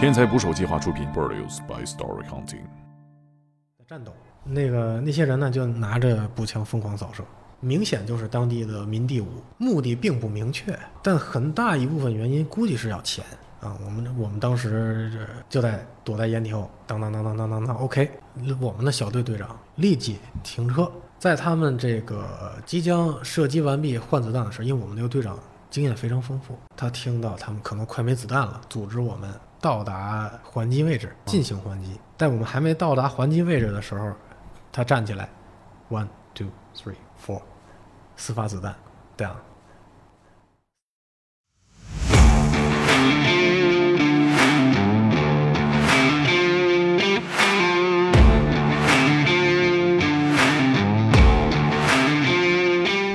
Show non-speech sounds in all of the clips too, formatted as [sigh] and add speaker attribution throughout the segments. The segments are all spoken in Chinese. Speaker 1: 天才捕手计划出品，Produced by Story Hunting。
Speaker 2: 战斗，那个那些人呢就拿着步枪疯狂扫射，明显就是当地的民地武，目的并不明确，但很大一部分原因估计是要钱啊。我们我们当时呃就在躲在掩体后，当当当当当当当，OK，我们的小队队长立即停车，在他们这个即将射击完毕换子弹的时候，因为我们那个队长经验非常丰富，他听到他们可能快没子弹了，组织我们到达还击位置进行还击。在我们还没到达还击位置的时候，他站起来，one two three four，四发子弹，down。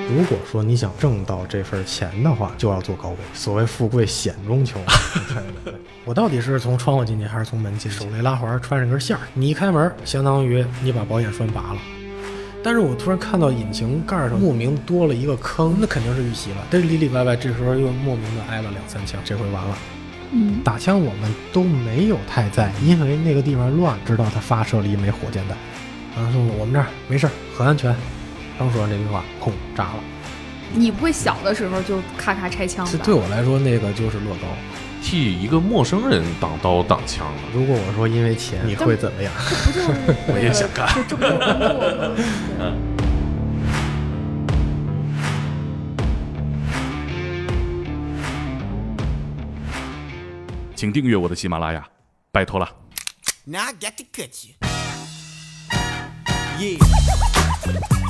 Speaker 2: 如果说你想挣到这份钱的话，就要做高位。所谓富贵险中求。我到底是从窗户进去还是从门进去？手雷拉环穿上根线儿，你一开门，相当于你把保险栓拔了。但是我突然看到引擎盖上莫名多了一个坑，那肯定是遇袭了。这里里外外，这时候又莫名的挨了两三枪，这回完了。
Speaker 3: 嗯，
Speaker 2: 打枪我们都没有太在意，因为那个地方乱，知道他发射了一枚火箭弹。然后说我们这儿没事儿，很安全。刚说完这句话，砰，炸了。
Speaker 3: 你不会小的时候就咔咔拆枪
Speaker 2: 这
Speaker 3: 吧？
Speaker 2: 对我来说，那个就是乐高。
Speaker 4: 替一个陌生人挡刀挡枪啊了。
Speaker 2: 如果我说因为钱，你会怎 [laughs] 么样？
Speaker 3: 这不就是那
Speaker 4: 我也
Speaker 3: 个
Speaker 4: 想干
Speaker 3: 就这么多工作吗？对
Speaker 1: 请订阅我的喜马拉雅，拜托了。
Speaker 5: Now I got to cut you. Yeah.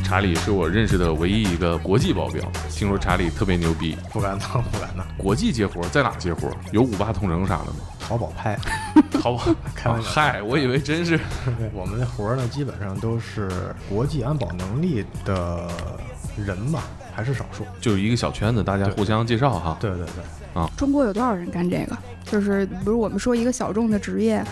Speaker 4: 查理是我认识的唯一一个国际保镖，听说查理特别牛逼，
Speaker 2: 不敢当，不敢当。
Speaker 4: 国际接活在哪接活？有五八同城啥的吗？
Speaker 2: 淘宝 [laughs] 拍，
Speaker 4: 淘宝？
Speaker 2: 开玩笑
Speaker 4: 嗨，我以为真是
Speaker 2: 我们的活儿呢，基本上都是国际安保能力的人吧，还是少数。
Speaker 4: 就是一个小圈子，大家互相介绍哈。
Speaker 2: 对对对，
Speaker 3: [laughs] 中国有多少人干这个？就是比如我们说一个小众的职业，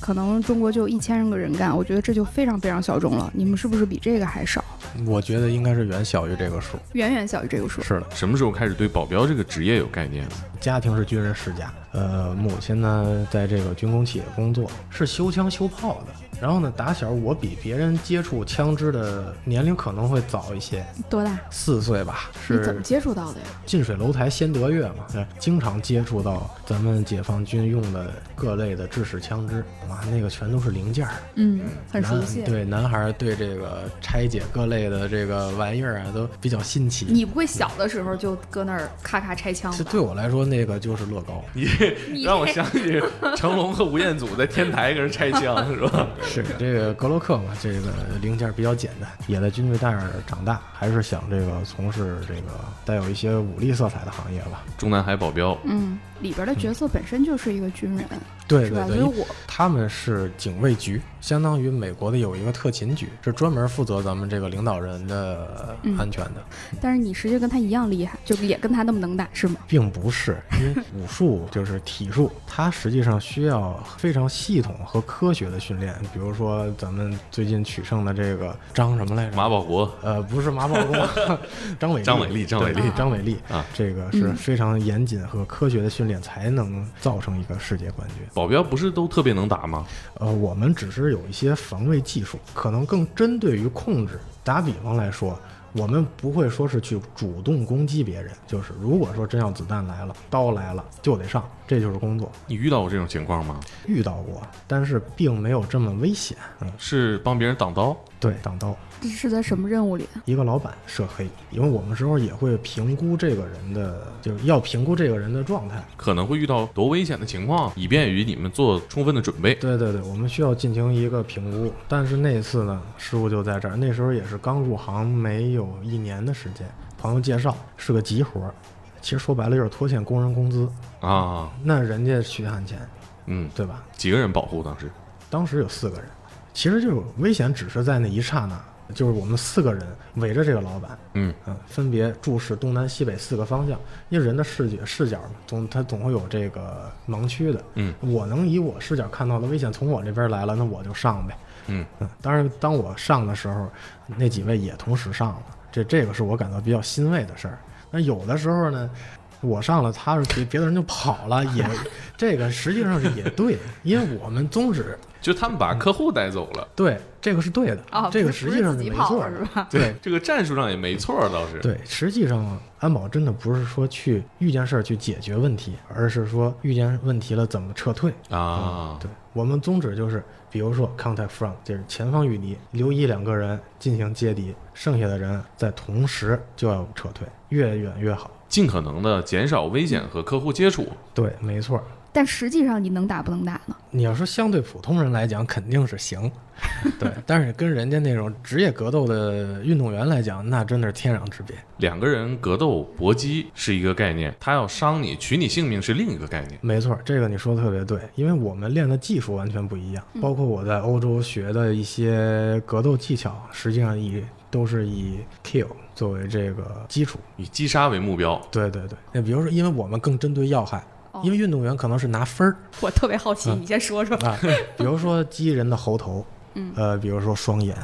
Speaker 3: 可能中国就有一千个人干，我觉得这就非常非常小众了。你们是不是比这个还少？
Speaker 2: 我觉得应该是远小于这个数。
Speaker 3: 远远小于这个数。
Speaker 2: 是的，
Speaker 4: 什么时候开始对保镖这个职业有概念的？
Speaker 2: 家庭是军人世家，呃，母亲呢在这个军工企业工作，是修枪修炮的。然后呢，打小我比别人接触枪支的年龄可能会早一些，
Speaker 3: 多大？
Speaker 2: 四岁吧。
Speaker 3: 你
Speaker 2: 是
Speaker 3: 怎么接触到的呀？
Speaker 2: 近水楼台先得月嘛，对，经常接触到咱们解放军用的各类的制式枪支，哇，那个全都是零件儿，
Speaker 3: 嗯，很
Speaker 2: 男
Speaker 3: 熟悉。
Speaker 2: 对，男孩儿对这个拆解各类的这个玩意儿啊，都比较新奇。
Speaker 3: 你不会小的时候就搁那儿咔咔拆枪
Speaker 2: 这
Speaker 3: 吧？
Speaker 2: 对我来说，那个就是乐高。
Speaker 4: 你
Speaker 3: 你
Speaker 4: 让我想起成龙和吴彦祖在天台跟人拆枪是 [laughs] 吧？
Speaker 2: 是这个格洛克嘛，这个零件比较简单，也在军队带儿长大，还是想这个从事这个带有一些武力色彩的行业吧。
Speaker 4: 中南海保镖，
Speaker 3: 嗯，里边的角色本身就是一个军人，
Speaker 2: 对
Speaker 3: 是
Speaker 2: 对
Speaker 3: 吧？所
Speaker 2: 对，
Speaker 3: 以
Speaker 2: 因
Speaker 3: 我
Speaker 2: 他们是警卫局，相当于美国的有一个特勤局，是专门负责咱们这个领导人的
Speaker 3: 嗯
Speaker 2: 安全的，
Speaker 3: 但是你实际跟他一样厉害，就也跟他那么能打，是吗？
Speaker 2: 并不是因为武术就是体术， [laughs] 它实际上需要非常系统和科学的训练。比如说咱们最近取胜的这个张什么来着？
Speaker 4: 马保国，
Speaker 2: 呃，不是马保国， [laughs] 张伟
Speaker 4: 张伟丽张伟
Speaker 2: 对
Speaker 4: 丽
Speaker 2: 张伟丽
Speaker 4: 啊，
Speaker 2: 这个是非常严谨和科学的训练才能造成一个世界冠军。
Speaker 4: 保镖不是都特别能打吗？
Speaker 2: 呃，我们只是有一些防卫技术，可能更针对于控制。打比方来说，我们不会说是去主动攻击别人，就是如果说真要子弹来了、刀来了，就得上，这就是工作。
Speaker 4: 你遇到过这种情况吗？
Speaker 2: 遇到过，但是并没有这么危险。嗯，
Speaker 4: 是帮别人挡刀？
Speaker 2: 对，挡刀，
Speaker 3: 这是在什么任务里？
Speaker 2: 一个老板涉黑，因为我们时候也会评估这个人的，就是要评估这个人的状态。
Speaker 4: 可能会遇到多危险的情况，以便于你们做充分的准备。
Speaker 2: 对对对，我们需要进行一个评估。但是那次呢，失误就在这儿。那时候也是刚入行没有一年的时间，朋友介绍是个急活儿，其实说白了就是拖欠工人工资。
Speaker 4: 啊，
Speaker 2: 那人家血汗钱，
Speaker 4: 嗯，
Speaker 2: 对吧？
Speaker 4: 几个人保护当时？
Speaker 2: 当时有四个人，其实就是危险只是在那一刹那，就是我们四个人围着这个老板，
Speaker 4: 嗯
Speaker 2: 嗯，分别注视东南西北四个方向，因为人的视觉视角嘛，总他总会有这个盲区的。
Speaker 4: 嗯，
Speaker 2: 我能以我视角看到的危险从我这边来了，那我就上呗。
Speaker 4: 嗯
Speaker 2: 嗯，当然，当我上的时候，那几位也同时上了，这这个是我感到比较欣慰的事儿。那有的时候呢，我上了，他是别别的人就跑了，也 [laughs] 这个实际上是也对，因为我们宗旨
Speaker 4: 就他们把客户带走了，
Speaker 2: 对这个是对的，
Speaker 3: 哦，
Speaker 2: 这个
Speaker 3: 不是
Speaker 2: 实际上
Speaker 3: 不是自己
Speaker 2: 没
Speaker 3: 跑
Speaker 2: 错
Speaker 3: 了
Speaker 2: 的
Speaker 3: 是吧？
Speaker 2: 对
Speaker 4: 这个战术上也没错儿，倒是。
Speaker 2: 对，实际上安保真的不是说去遇见事儿去解决问题，而是说遇见问题了怎么撤退。
Speaker 4: 啊，
Speaker 2: 嗯对我们宗旨就是，比如说 contact from，就是前方与敌，留一两个人进行接敌，剩下的人在同时就要撤退，越远越好。
Speaker 4: 尽可能的减少危险和客户接触。
Speaker 2: 对，没错儿。
Speaker 3: 但实际上你能打不能打呢？
Speaker 2: 你要说相对普通人来讲，肯定是行，对。 [laughs] 但是跟人家那种职业格斗的运动员来讲，那真的是天壤之别。
Speaker 4: 两个人格斗搏击是一个概念，他要伤你、取你性命是另一个概念。
Speaker 2: 没错，这个你说的特别对，因为我们练的技术完全不一样，包括我在欧洲学的一些格斗技巧，实际上以都是以 kill 作为这个基础。
Speaker 4: 以击杀为目标，
Speaker 2: 对对对，那比如说，因为我们更针对要害，因为运动员可能是拿分 [laughs] 儿
Speaker 3: 我特别好奇，
Speaker 4: 嗯
Speaker 3: 你先说说。
Speaker 2: 啊，比如说击人的喉 [laughs] 头，
Speaker 3: 嗯
Speaker 2: 呃，比如说双眼，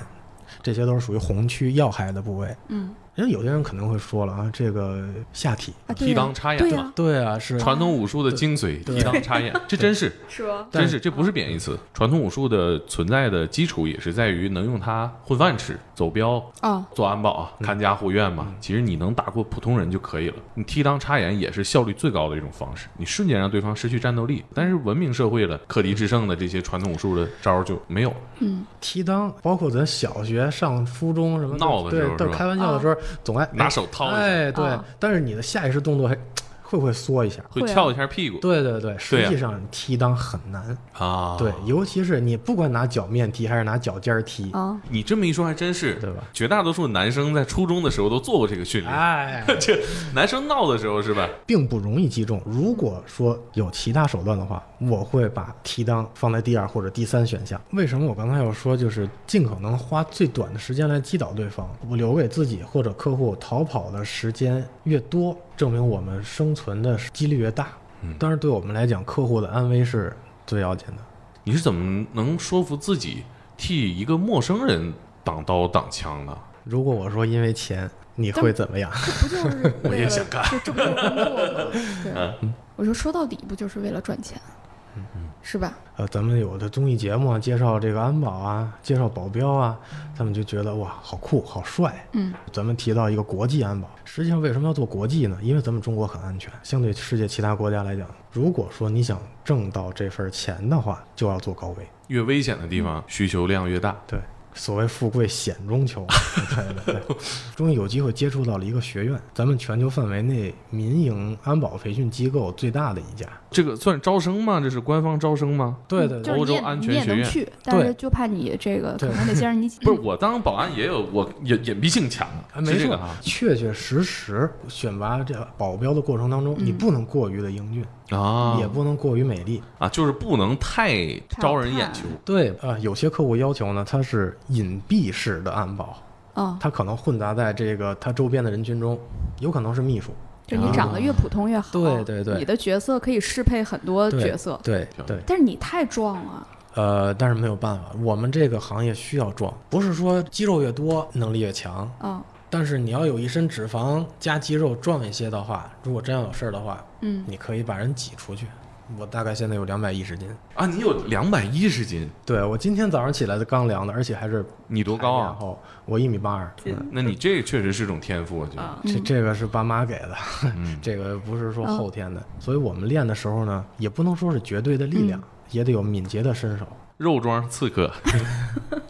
Speaker 2: 这些都是属于红区要害的部位。
Speaker 3: 嗯
Speaker 2: 因为有些人可能会说了啊，这个下体，
Speaker 3: 啊，对
Speaker 4: 踢
Speaker 3: 呀
Speaker 4: 裆，插眼
Speaker 3: 对
Speaker 4: 嘛
Speaker 3: 呀，
Speaker 2: 对啊，是
Speaker 4: 传统武术的精髓，
Speaker 2: 对
Speaker 4: 踢裆插眼，这真是，
Speaker 3: 是吧？
Speaker 2: 但嗯
Speaker 4: 真是，这不是贬义词。传统武术的存在的基础也是在于能用它混饭吃、走镖、
Speaker 3: 哦，
Speaker 4: 做安保
Speaker 2: 嗯
Speaker 4: 啊、看家护院嘛。其实你能打过普通人就可以了。你踢裆插眼也是效率最高的一种方式，你瞬间让对方失去战斗力。但是文明社会了，克敌制胜的这些传统武术的招儿就没有了。
Speaker 3: 嗯，
Speaker 2: 踢裆，包括咱小学上初中什么
Speaker 4: 闹的时候
Speaker 2: 对，
Speaker 4: 是
Speaker 2: 都
Speaker 4: 吧
Speaker 2: 开玩笑的时候，总爱
Speaker 4: 拿手掏一下
Speaker 2: 哎，对
Speaker 3: 啊，
Speaker 2: 但是你的下意识动作还会不会缩一下？
Speaker 4: 会
Speaker 3: 会啊
Speaker 4: 翘一下屁股
Speaker 2: 对对对，
Speaker 4: 对
Speaker 2: 实
Speaker 4: 呀
Speaker 2: 际上踢裆很难，
Speaker 4: 啊
Speaker 2: 对，尤其是你不管拿脚面踢还是拿脚尖儿踢，
Speaker 3: 啊，
Speaker 4: 你这么一说还真是，
Speaker 2: 对吧？
Speaker 4: 绝大多数男生在初中的时候都做过这个训练，
Speaker 2: 哎，
Speaker 4: 这男生闹的时候是吧？
Speaker 2: 并不容易击中。如果说有其他手段的话，我会把踢裆放在第二或者第三选项。为什么我刚才要说，就是尽可能花最短的时间来击倒对方，我留给自己或者客户逃跑的时间越多，证明我们生存的几率越大。当然，对我们来讲，客户的安危是最要紧的。
Speaker 4: 你是怎么能说服自己替一个陌生人挡刀挡枪呢？
Speaker 2: 如果我说因为钱，你会怎么样？
Speaker 3: 这不就是为
Speaker 4: [laughs] 我也
Speaker 3: 了
Speaker 4: 想干嗯
Speaker 3: 就挣这工作
Speaker 4: [laughs]
Speaker 3: 吗？对，我说说到底不就是为了赚钱，是吧？
Speaker 2: 呃，咱们有的综艺节目啊，介绍这个安保啊，介绍保镖啊，他们就觉得哇，好酷，好帅。
Speaker 3: 嗯，
Speaker 2: 咱们提到一个国际安保，实际上为什么要做国际呢？因为咱们中国很安全，相对世界其他国家来讲，如果说你想挣到这份钱的话，就要做高危。
Speaker 4: 越危险的地方需求量越大，
Speaker 2: 对，所谓富贵险中求。啊对对对，终于有机会接触到了一个学院，咱们全球范围内民营安保培训机构最大的一家。
Speaker 4: 这个算招生吗？这是官方招生吗？
Speaker 2: 对对对
Speaker 3: 就，是
Speaker 4: 欧洲
Speaker 3: 你也
Speaker 4: 安
Speaker 3: 你
Speaker 4: 全
Speaker 3: 也
Speaker 4: 学
Speaker 3: 能
Speaker 4: 院
Speaker 3: 去，但是
Speaker 2: 对
Speaker 3: 就怕你这个可
Speaker 2: 对
Speaker 3: 能得先让你
Speaker 4: [laughs] 不是，我当保安也有我隐隐蔽性强啊，
Speaker 2: 啊，
Speaker 4: 是
Speaker 2: 没
Speaker 4: 这
Speaker 2: 错
Speaker 4: 个啊，
Speaker 2: 确确实实选拔这保镖的过程当中，
Speaker 3: 嗯
Speaker 2: 你不能过于的英俊，
Speaker 4: 啊
Speaker 2: 也不能过于美丽。
Speaker 4: 啊，就是不能太
Speaker 3: 太
Speaker 4: 招
Speaker 3: 好
Speaker 4: 人眼
Speaker 3: 看
Speaker 4: 球。
Speaker 2: 对啊、有些客户要求呢，它是隐蔽式的安保，
Speaker 3: 啊，
Speaker 2: 它可能混杂在这个它周边的人群中，有可能是秘书。
Speaker 3: 就你长
Speaker 4: 啊
Speaker 3: 得越普通越好。
Speaker 2: 对对对
Speaker 3: 你的角色可以适配很多
Speaker 2: 对
Speaker 3: 角色，
Speaker 2: 对
Speaker 4: 行
Speaker 2: 对，
Speaker 3: 但是你太壮了，
Speaker 2: 呃，但是没有办法，我们这个行业需要壮，不是说肌肉越多能力越强，
Speaker 3: 啊，
Speaker 2: 但是你要有一身脂肪加肌肉壮一些的话，如果真要有事儿的话，
Speaker 3: 嗯，
Speaker 2: 你可以把人挤出去。我大概现在有两百一十斤。
Speaker 4: 啊，你有两百一十斤，
Speaker 2: 对我今天早上起来的刚量的，而且还是
Speaker 4: 你多高
Speaker 2: 然
Speaker 4: 啊？
Speaker 2: 后我一米八二，嗯
Speaker 4: 那你这确实是种天赋，我觉得。
Speaker 2: 这这个是爸妈给的， [laughs] 这个不是说
Speaker 3: 嗯
Speaker 2: 后天的。所以我们练的时候呢，也不能说是绝对的力
Speaker 3: 嗯
Speaker 2: 量，也得有敏捷的身手。
Speaker 4: 肉装刺客， [laughs]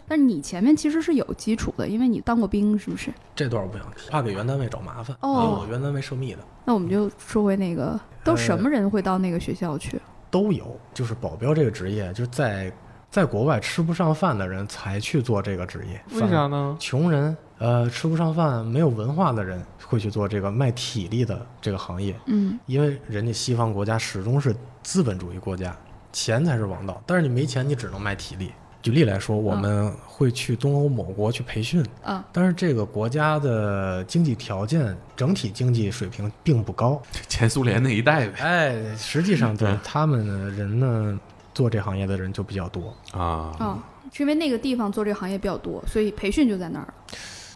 Speaker 3: 但是你前面其实是有基础的，因为你当过兵，是不是？
Speaker 2: 这段我不想提，怕给原单位找麻烦，
Speaker 3: 哦
Speaker 2: 因为我原单位涉密的
Speaker 3: 那我们就说回那个，
Speaker 4: 呃
Speaker 3: 都什么人会到那个学校去？
Speaker 2: 都有，就是保镖这个职业，就是在在国外吃不上饭的人才去做这个职业，
Speaker 4: 为
Speaker 2: 反
Speaker 4: 啥呢？
Speaker 2: 穷人，呃，吃不上饭、没有文化的人会去做这个卖体力的这个行业，
Speaker 3: 嗯，
Speaker 2: 因为人家西方国家始终是资本主义国家，钱才是王道。但是你没钱，你只能卖体力。举例来说，
Speaker 3: 嗯
Speaker 2: 我们会去东欧某国去培训，
Speaker 3: 啊，
Speaker 2: 但是这个国家的经济条件、整体经济水平并不高。
Speaker 4: 前苏联那一代呗。
Speaker 2: 哎，实际上对他们的人呢，做这行业的人就比较多，
Speaker 4: 啊，
Speaker 3: 啊，是因为那个地方做这个行业比较多，所以培训就在那儿了。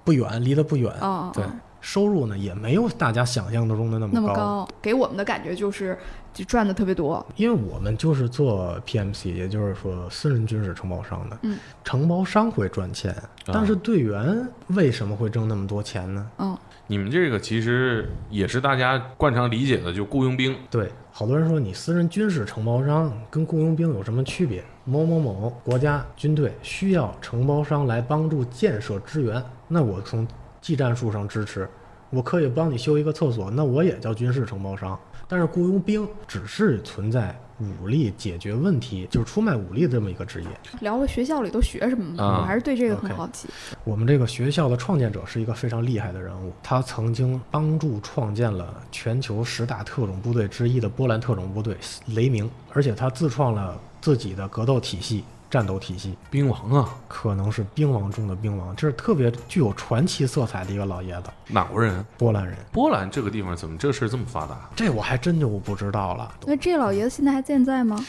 Speaker 2: 不远，离得不远。
Speaker 3: 哦哦哦
Speaker 2: 对，收入呢也没有大家想象中的那
Speaker 3: 那
Speaker 2: 么
Speaker 3: 么
Speaker 2: 高，
Speaker 3: 高，给我们的感觉就是就赚的特别多，
Speaker 2: 因为我们就是做 PMC，也就是说私人军事承包商的，
Speaker 3: 嗯，
Speaker 2: 承包商会赚钱，但是队员为什么会挣那么多钱呢？
Speaker 3: 嗯，
Speaker 4: 你们这个其实也是大家惯常理解的，就雇佣兵，
Speaker 2: 对，好多人说你私人军事承包商跟雇佣兵有什么区别？某某某国家军队需要承包商来帮助建设支援，那我从技战术上支持，我可以帮你修一个厕所，那我也叫军事承包商。但是雇佣兵只是存在武力解决问题，就是出卖武力的这么一个职业。
Speaker 3: 聊了学校里都学什么嘛，
Speaker 4: 啊
Speaker 3: 我还是对这个很
Speaker 2: OK
Speaker 3: 好奇。
Speaker 2: 我们这个学校的创建者是一个非常厉害的人物，他曾经帮助创建了全球十大特种部队之一的波兰特种部队雷鸣，而且他自创了自己的格斗体系、战斗体系，
Speaker 4: 兵王啊，
Speaker 2: 可能是兵王中的兵王，这是特别具有传奇色彩的一个老爷子，
Speaker 4: 哪国人？
Speaker 2: 波兰人。
Speaker 4: 波兰这个地方怎么这事儿这么发达？
Speaker 2: 这我还真就不知道了，
Speaker 3: 那这老爷子现在还健在吗？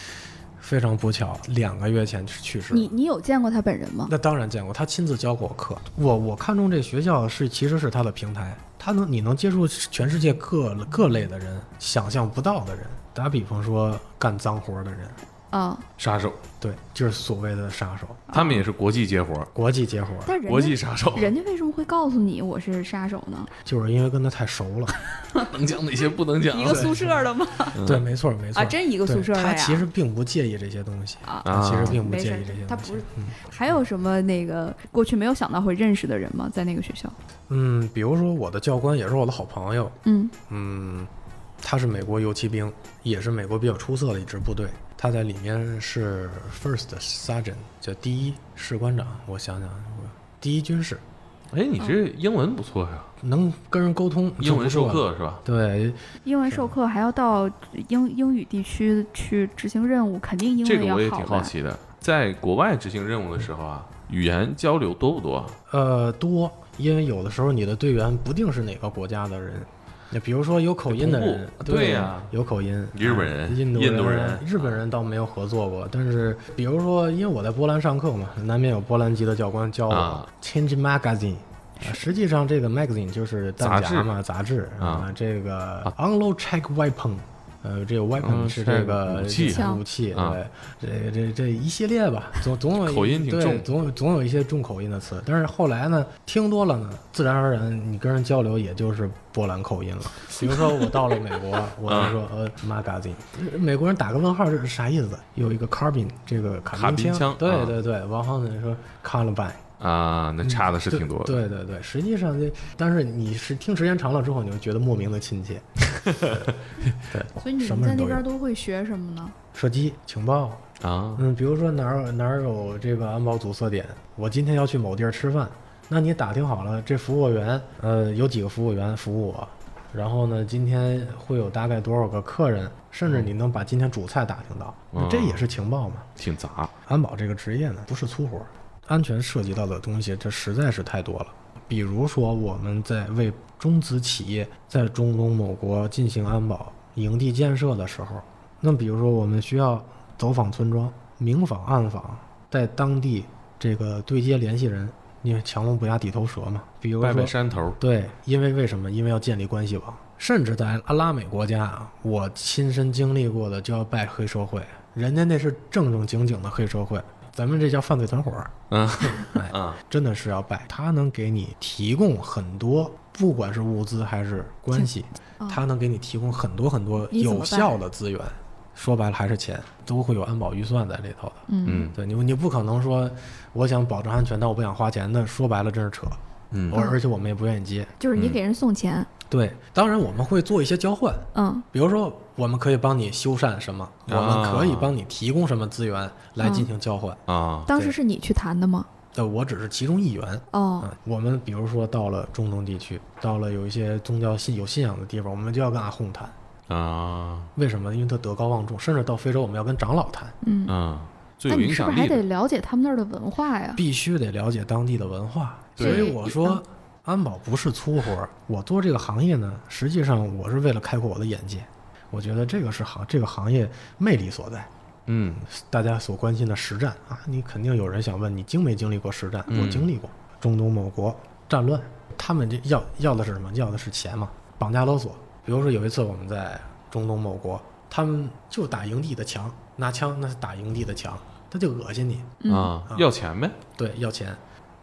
Speaker 2: 非常不巧，两个月前去世。
Speaker 3: 你你有见过他本人吗？
Speaker 2: 那当然见过，他亲自教过我课。我我看中这学校是其实是他的平台，他能你能接触全世界各各类的人，想象不到的人。打比方说干脏活的人，
Speaker 3: 啊，
Speaker 4: 杀手，
Speaker 2: 对，就是所谓的杀手，
Speaker 4: 他们也是国际接活，
Speaker 2: 国际接活，
Speaker 3: 但人
Speaker 4: 国际
Speaker 3: 家
Speaker 4: 杀手，
Speaker 3: 人家为什么会告诉你我是杀手呢？
Speaker 2: 就是因为跟他太熟了。
Speaker 4: 能讲哪些不能讲
Speaker 3: 一？个宿舍的吗？
Speaker 2: 对，没错没错。
Speaker 3: 啊，真一个
Speaker 2: 对
Speaker 3: 宿舍的
Speaker 2: 他
Speaker 3: 呀？
Speaker 2: 其实并不介意这些东西，
Speaker 3: 啊。
Speaker 2: 他其实并不
Speaker 3: 没事
Speaker 2: 介
Speaker 3: 儿
Speaker 2: 意这些，
Speaker 3: 他
Speaker 2: 东西
Speaker 3: 不。是，
Speaker 2: 嗯
Speaker 3: 还有什么那个过去没有想到会认识的人吗？在那个学校，
Speaker 2: 嗯，比如说我的教官也是我的好朋友，
Speaker 3: 嗯，
Speaker 2: 嗯，他是美国游骑兵，也是美国比较出色的一支部队。他在里面是 First Sergeant，叫第一士官长。我想想，我第一军士，
Speaker 4: 哎，你
Speaker 3: 嗯
Speaker 4: 这英文不错呀，
Speaker 2: 能跟人沟通，
Speaker 4: 英文
Speaker 2: 就
Speaker 4: 授
Speaker 2: 不错了。
Speaker 4: 课是吧？
Speaker 2: 对，
Speaker 3: 英文授课还要到英英语地区去执行任务，肯定英
Speaker 4: 这
Speaker 3: 文
Speaker 4: 个
Speaker 3: 要
Speaker 4: 我也
Speaker 3: 好
Speaker 4: 挺
Speaker 3: 呗
Speaker 4: 好。奇的，在国外执行任务的时候啊，语言交流多不多啊？
Speaker 2: 呃，多，因为有的时候你的队员不定是哪个国家的人，那比如说有口音的人
Speaker 4: 同，步
Speaker 2: 对
Speaker 4: 对呀
Speaker 2: 有口音，哎
Speaker 4: 日本人
Speaker 2: 印
Speaker 4: 印度
Speaker 2: 人
Speaker 4: 人、
Speaker 2: 日本人倒没有合作过，但是比如说，因为我在波兰上课嘛，难免有波兰籍的教官教我、
Speaker 4: 啊
Speaker 2: Change Magazine。啊实际上，这个 magazine 就是弹
Speaker 4: 杂
Speaker 2: 夹
Speaker 4: 志
Speaker 2: 嘛，杂志
Speaker 4: 啊
Speaker 2: 这个 unload check weapon，呃，这个 weapon
Speaker 4: 嗯
Speaker 2: 是
Speaker 4: 是
Speaker 2: 这个
Speaker 4: 武器
Speaker 3: 枪
Speaker 2: 武器，
Speaker 4: 啊
Speaker 2: 对，这这这一系列吧，总总有一
Speaker 4: 口音挺
Speaker 2: 对
Speaker 4: 重
Speaker 2: 总有总有一些重口音的词。但是后来呢，听多了呢，自然而然你跟人交流也就是波兰口音
Speaker 4: [laughs]
Speaker 2: 了。比如说我到了美国，我
Speaker 4: 啊
Speaker 2: 就说呃 magazine，美国人打个问号这是啥意思？有一个 carbine 这个
Speaker 4: 卡
Speaker 2: 卡
Speaker 4: 宾
Speaker 2: 宾
Speaker 4: 枪啊
Speaker 2: 对对对，王浩呢说 carbine，
Speaker 4: 啊，那差的是挺多的。
Speaker 2: 对对对，实际上这，但是你是听时间长了之后，你就觉得莫名的亲切。对，
Speaker 3: 所以你
Speaker 2: 什
Speaker 3: 们
Speaker 2: 么
Speaker 3: 在那
Speaker 2: 人都
Speaker 3: 边。
Speaker 2: 有
Speaker 3: 都会学什么呢？
Speaker 4: 嗯
Speaker 2: 射击、情报，
Speaker 4: 啊，
Speaker 2: 嗯，比如说哪儿有哪儿有这个安保阻塞点，我今天要去某地儿吃饭，那你打听好了，这服务员，呃，有几个服务员服务我，然后呢，今天会有大概多少个客人，甚
Speaker 4: 嗯
Speaker 2: 至你能把今天主菜打听到，那这也是情报嘛。
Speaker 4: 挺杂。
Speaker 2: 安保这个职业呢，不是粗活儿，安全涉及到的东西这实在是太多了。比如说，我们在为中资企业在中东某国进行安保营地建设的时候，那比如说我们需要走访村庄，明访暗访，在当地这个对接联系人，因为强龙不压地头蛇嘛。比如说
Speaker 4: 拜拜山头，
Speaker 2: 对，因为为什么？因为要建立关系网，甚至在拉美国家啊，我亲身经历过的就要拜黑社会，人家那是正正经经的黑社会，咱们这叫犯罪团伙儿，哎
Speaker 4: 嗯
Speaker 2: 真的是要拜。他能给你提供很多，不管是物资还是关系，
Speaker 3: 啊
Speaker 2: 他能给你提供很多很多
Speaker 3: 你怎么
Speaker 2: 有效的资源。说白了还是钱，都会有安保预算在里头的。
Speaker 3: 嗯，
Speaker 4: 嗯
Speaker 2: 对你，你不可能说我想保证安全，但我不想花钱，那说白了真是扯。
Speaker 4: 嗯
Speaker 2: 而而且我们也不愿意接。
Speaker 3: 就是你给人送钱，
Speaker 2: 对，当然我们会做一些交换，
Speaker 3: 嗯，
Speaker 2: 比如说我们可以帮你修缮什么，我们可以帮你提供什么资源来
Speaker 3: 嗯
Speaker 2: 进行交换。
Speaker 4: 啊，
Speaker 3: 当时是你去谈的吗？
Speaker 2: 呃，我只是其中一员。
Speaker 3: 哦，
Speaker 2: 嗯，我们比如说到了中东地区，到了有一些宗教信有信仰的地方，我们就要跟阿訇谈。
Speaker 4: 啊，
Speaker 2: 为什么？因为他德高望重，甚至到非洲我们要跟长老谈，
Speaker 3: 嗯，
Speaker 4: 嗯，最
Speaker 3: 那
Speaker 4: 有
Speaker 3: 你
Speaker 4: 影
Speaker 3: 是不
Speaker 4: 响
Speaker 3: 是还
Speaker 4: 力
Speaker 3: 得
Speaker 4: 的
Speaker 3: 了解他们那儿的文化呀？
Speaker 2: 必须得了解当地的文化。所
Speaker 4: 对
Speaker 2: 以我说
Speaker 3: 嗯，
Speaker 2: 安保不是粗活儿。我做这个行业呢，实际上我是为了开阔我的眼界。我觉得这个是行这个行业魅力所在。
Speaker 4: 嗯，
Speaker 2: 大家所关心的实战啊，你肯定有人想问你经没经历过实战？
Speaker 4: 嗯
Speaker 2: 我经历过中东某国战乱，他们这要要的是什么？要的是钱嘛，绑架勒索。比如说有一次我们在中东某国，他们就打营地的墙，拿枪那是打营地的墙，他就恶心你，
Speaker 3: 嗯
Speaker 4: 啊，要钱呗，
Speaker 2: 对，要钱。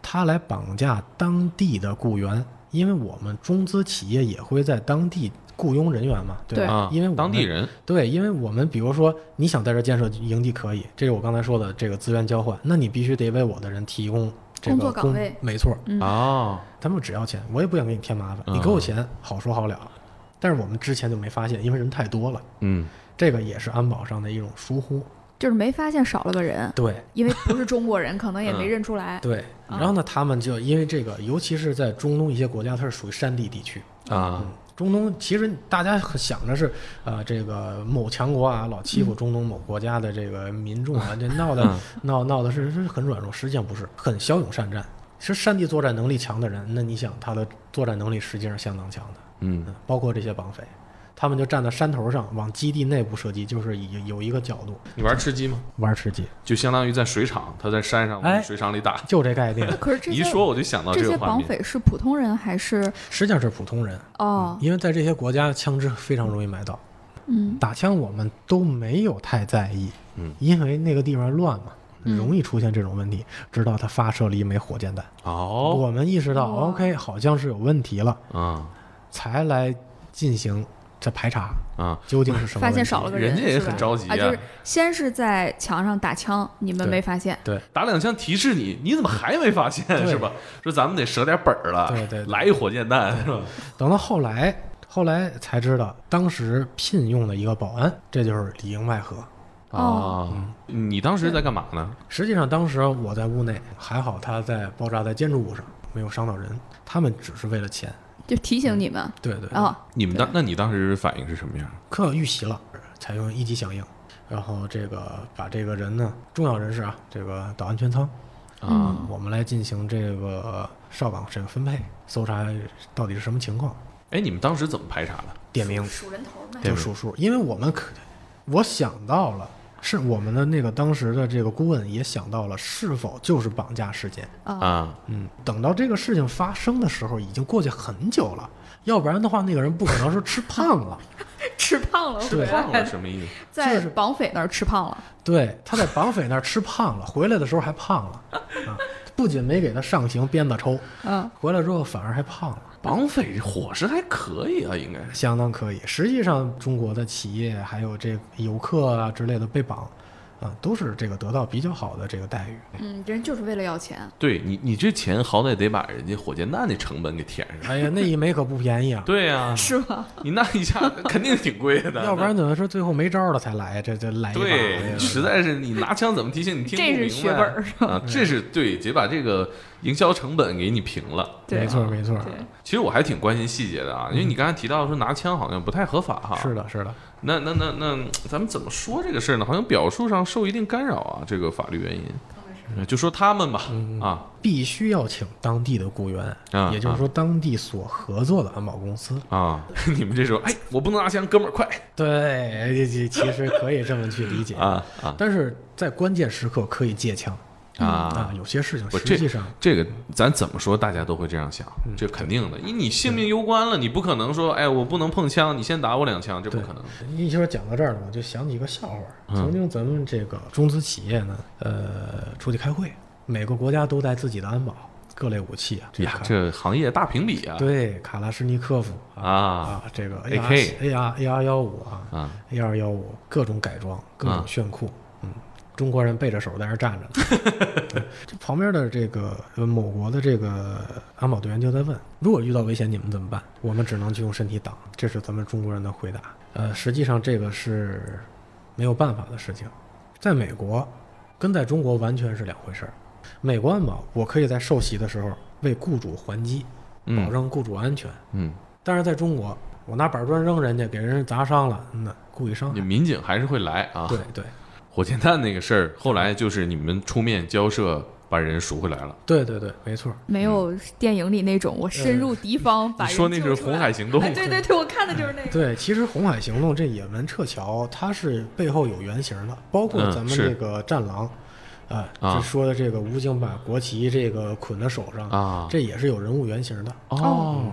Speaker 2: 他来绑架当地的雇员，因为我们中资企业也会在当地雇佣人员嘛，
Speaker 3: 对
Speaker 2: 吧？
Speaker 4: 啊，
Speaker 2: 因为我
Speaker 4: 当地
Speaker 2: 们
Speaker 4: 人
Speaker 2: 对，因为我们比如说你想在这儿建设营地可以，这是我刚才说的这个资源交换，那你必须得为我的人提供这个
Speaker 3: 工作岗位
Speaker 2: 没错，
Speaker 3: 嗯
Speaker 4: 啊，
Speaker 2: 他们只要钱，我也不想给你添麻烦，你给我钱好说好了。但是我们之前就没发现，因为人太多了，
Speaker 4: 嗯，
Speaker 2: 这个也是安保上的一种疏忽。
Speaker 3: 就是没发现少了个人，
Speaker 2: 对
Speaker 3: 因为不是中国
Speaker 4: [laughs]
Speaker 3: 人，可能
Speaker 4: 嗯
Speaker 3: 也没认出来。
Speaker 2: 对，
Speaker 3: 啊
Speaker 2: 然后呢，他们就因为这个，尤其是在中东一些国家，它是属于山地地区，
Speaker 4: 啊，
Speaker 2: 中东其实大家想着是，呃，这个某强国啊，老欺负中东某国家的这个民众啊，这闹的、
Speaker 4: 嗯
Speaker 2: 闹闹的是是很软弱，实际上不是，很骁勇善战。其实山地作战能力强的人，那你想他的作战能力实际上相当强的，
Speaker 4: 嗯
Speaker 2: 嗯，包括这些绑匪，他们就站在山头上往基地内部射击，就是以有一个角度
Speaker 4: 你玩吃鸡吗？
Speaker 2: 玩吃鸡，
Speaker 4: 就相当于在水厂，他在山上，我们
Speaker 2: 哎
Speaker 4: 水厂里打。
Speaker 2: 就这概念
Speaker 3: 那，可是这
Speaker 4: 你一
Speaker 3: 些
Speaker 4: 说我就想到
Speaker 3: 这
Speaker 4: 个
Speaker 3: 些
Speaker 4: 画
Speaker 3: 绑
Speaker 4: 面。
Speaker 3: 匪是普通人还是
Speaker 2: 实际上是普通人，
Speaker 3: 哦？
Speaker 2: 因为在这些国家枪支非常容易买到。
Speaker 3: 嗯，
Speaker 2: 打枪我们都没有太在意，
Speaker 4: 嗯，
Speaker 2: 因为那个地方乱嘛，
Speaker 3: 嗯
Speaker 2: 容易出现这种问题。直到他发射了一枚火箭弹，
Speaker 4: 哦，
Speaker 2: 我们意识到
Speaker 3: 哇
Speaker 2: OK 好像是有问题了，
Speaker 4: 啊
Speaker 2: 才来进行这排查，
Speaker 4: 啊，
Speaker 2: 究竟是什么
Speaker 3: 嗯发
Speaker 2: 问题？
Speaker 3: 现少了个
Speaker 4: 人家也
Speaker 3: 是吧
Speaker 4: 很着急
Speaker 3: 啊，就是先是在墙上打枪，你们
Speaker 2: 对
Speaker 3: 没发现，
Speaker 4: 打两枪提示你，你怎么还没发现
Speaker 2: 对
Speaker 4: 是吧？说咱们得舍点本儿了，
Speaker 2: 对对对
Speaker 4: 来一火箭弹是吧？
Speaker 2: 等到后来，后来才知道，当时聘用的一个保安，这就是里应外合。
Speaker 3: 哦
Speaker 4: 啊，
Speaker 2: 嗯
Speaker 4: 你当时在干嘛呢？
Speaker 2: 实际上，当时我在屋内，还好他在爆炸在建筑物上没有伤到人，他们只是为了钱。
Speaker 3: 就提
Speaker 4: 嗯
Speaker 3: 醒你们
Speaker 2: 对对，
Speaker 3: 哦，
Speaker 4: 你们当那你当时反应是什么样？
Speaker 2: 克遇袭了，采用一级响应，然后这个把这个人呢，重要人士啊，这个导安全舱，
Speaker 4: 啊，
Speaker 2: 我们来进行这个哨岗这个分配，搜查到底是什么情况，
Speaker 4: 哎，你们当时怎么排查的？
Speaker 2: 点名
Speaker 3: 数人头嘛，
Speaker 2: 就数数，因为我们可，我想到了。是我们的那个当时的这个顾问也想到了，是否就是绑架事件？
Speaker 3: 啊，
Speaker 4: 啊，
Speaker 2: 嗯，等到这个事情发生的时候，已经过去很久了，要不然的话，那个人不可能说吃胖了，
Speaker 3: 吃胖了，
Speaker 2: 对
Speaker 4: 忘了什么意思？
Speaker 3: 在
Speaker 2: 就是
Speaker 3: 绑匪那儿吃胖了，
Speaker 2: 对，他在绑匪那儿吃
Speaker 3: [laughs]
Speaker 2: 胖了，回来的时候还胖了啊！不仅没给他上刑鞭子抽，
Speaker 3: 嗯，
Speaker 2: 回来之后反而还胖了，
Speaker 4: 绑匪伙食还可以啊，应该是
Speaker 2: 相当可以。实际上，中国的企业还有这游客啊之类的被绑，啊，都是这个得到比较好的这个
Speaker 4: [laughs]
Speaker 2: 待遇。
Speaker 3: 嗯，人就是为了要钱，
Speaker 4: 对你，你这钱好歹得把人家火箭弹的成本给填上。
Speaker 2: 哎呀，那一枚可不便
Speaker 4: [laughs]
Speaker 2: 宜啊！
Speaker 4: 对呀，
Speaker 3: 是吧？
Speaker 4: 你那一
Speaker 2: [laughs]
Speaker 4: 下肯定挺贵的，
Speaker 2: 要不然怎么说最后没招儿了才来？这这来一把，哎
Speaker 4: 对，
Speaker 2: 呀
Speaker 4: 实在 [laughs] 是你拿枪怎么提醒你听不
Speaker 3: 这
Speaker 4: 明
Speaker 3: 是
Speaker 4: 白？
Speaker 3: 血本儿是
Speaker 4: 啊，这是对，得把这个营销成本给你平了。
Speaker 3: 对
Speaker 2: 没错没错，
Speaker 3: 对，
Speaker 4: 其实我还挺关心细节的啊，因为你刚才提到说拿枪好像不太合法哈。
Speaker 2: 嗯是的，是的，
Speaker 4: 那那那那，咱们怎么说这个事儿呢？好像表述上受一定干扰啊，这个法律原因。呃就说他们吧，
Speaker 2: 嗯
Speaker 4: 啊
Speaker 2: 必须要请当地的雇员，
Speaker 4: 啊
Speaker 2: 也就是说当地所合作的安保公司。
Speaker 4: 啊， [laughs] 你们这时候，哎，我不能拿枪，哥们儿快
Speaker 2: 对，这这其实可以这么去理解
Speaker 4: 啊啊
Speaker 2: 但是在关键时刻可以借枪
Speaker 4: 啊！
Speaker 2: 有些事情
Speaker 4: 不
Speaker 2: 实际上
Speaker 4: 这个咱怎么说，大家都会这样想，
Speaker 2: 嗯
Speaker 4: 这肯定的，因为你性命攸关了，你不可能说，哎，我不能碰枪，你先打我两枪，这不可能。
Speaker 2: 一说讲到这儿呢，我就想起一个笑话。
Speaker 4: 嗯
Speaker 2: 曾经咱们这个中资企业呢，呃，出去开会，每个国家都带自己的安保，各类武器啊，这
Speaker 4: 呀，
Speaker 2: 卡
Speaker 4: 这行业大评比啊！
Speaker 2: 对卡拉什尼科夫啊
Speaker 4: 啊
Speaker 2: 啊，这个
Speaker 4: AK
Speaker 2: A R A R 幺五啊
Speaker 4: 啊，
Speaker 2: ，A R 幺五各种改装，各
Speaker 4: 啊
Speaker 2: 种炫酷。嗯，中国人背着手在那儿站着呢，
Speaker 4: [laughs]
Speaker 2: 嗯这旁边的这个呃某国的这个安保队员就在问：如果遇到危险，你们怎么办？我们只能去用身体挡，这是咱们中国人的回答。呃，实际上这个是没有办法的事情，在美国跟在中国完全是两回事儿。美国安保，我可以在受袭的时候为雇主还击，保
Speaker 4: 嗯
Speaker 2: 证雇主安全。
Speaker 4: 嗯，
Speaker 2: 但是在中国，我拿板砖扔人家，给人砸伤了，那故意伤
Speaker 4: 你
Speaker 2: 害。
Speaker 4: 民警还是会来啊。
Speaker 2: 啊对对
Speaker 4: 火箭弹那个事儿，后来就是你们出面交涉，把人赎回来了。
Speaker 2: 对对对，没错。
Speaker 3: 没有电影里那种我深入敌方把
Speaker 4: 嗯你
Speaker 3: 人
Speaker 4: 说那是
Speaker 3: 救出来
Speaker 4: 红海行动
Speaker 3: 哎，对对对，我看的就是那个，
Speaker 2: 对，其实红海行动这也门撤侨，它是背后有原型的，包括
Speaker 4: 嗯
Speaker 2: 咱们
Speaker 4: 是
Speaker 2: 那个战狼，啊，
Speaker 4: 啊
Speaker 2: 就说的这个吴京把国旗这个捆在手上，
Speaker 4: 啊，
Speaker 2: 这也是有人物原型的。
Speaker 4: 哦。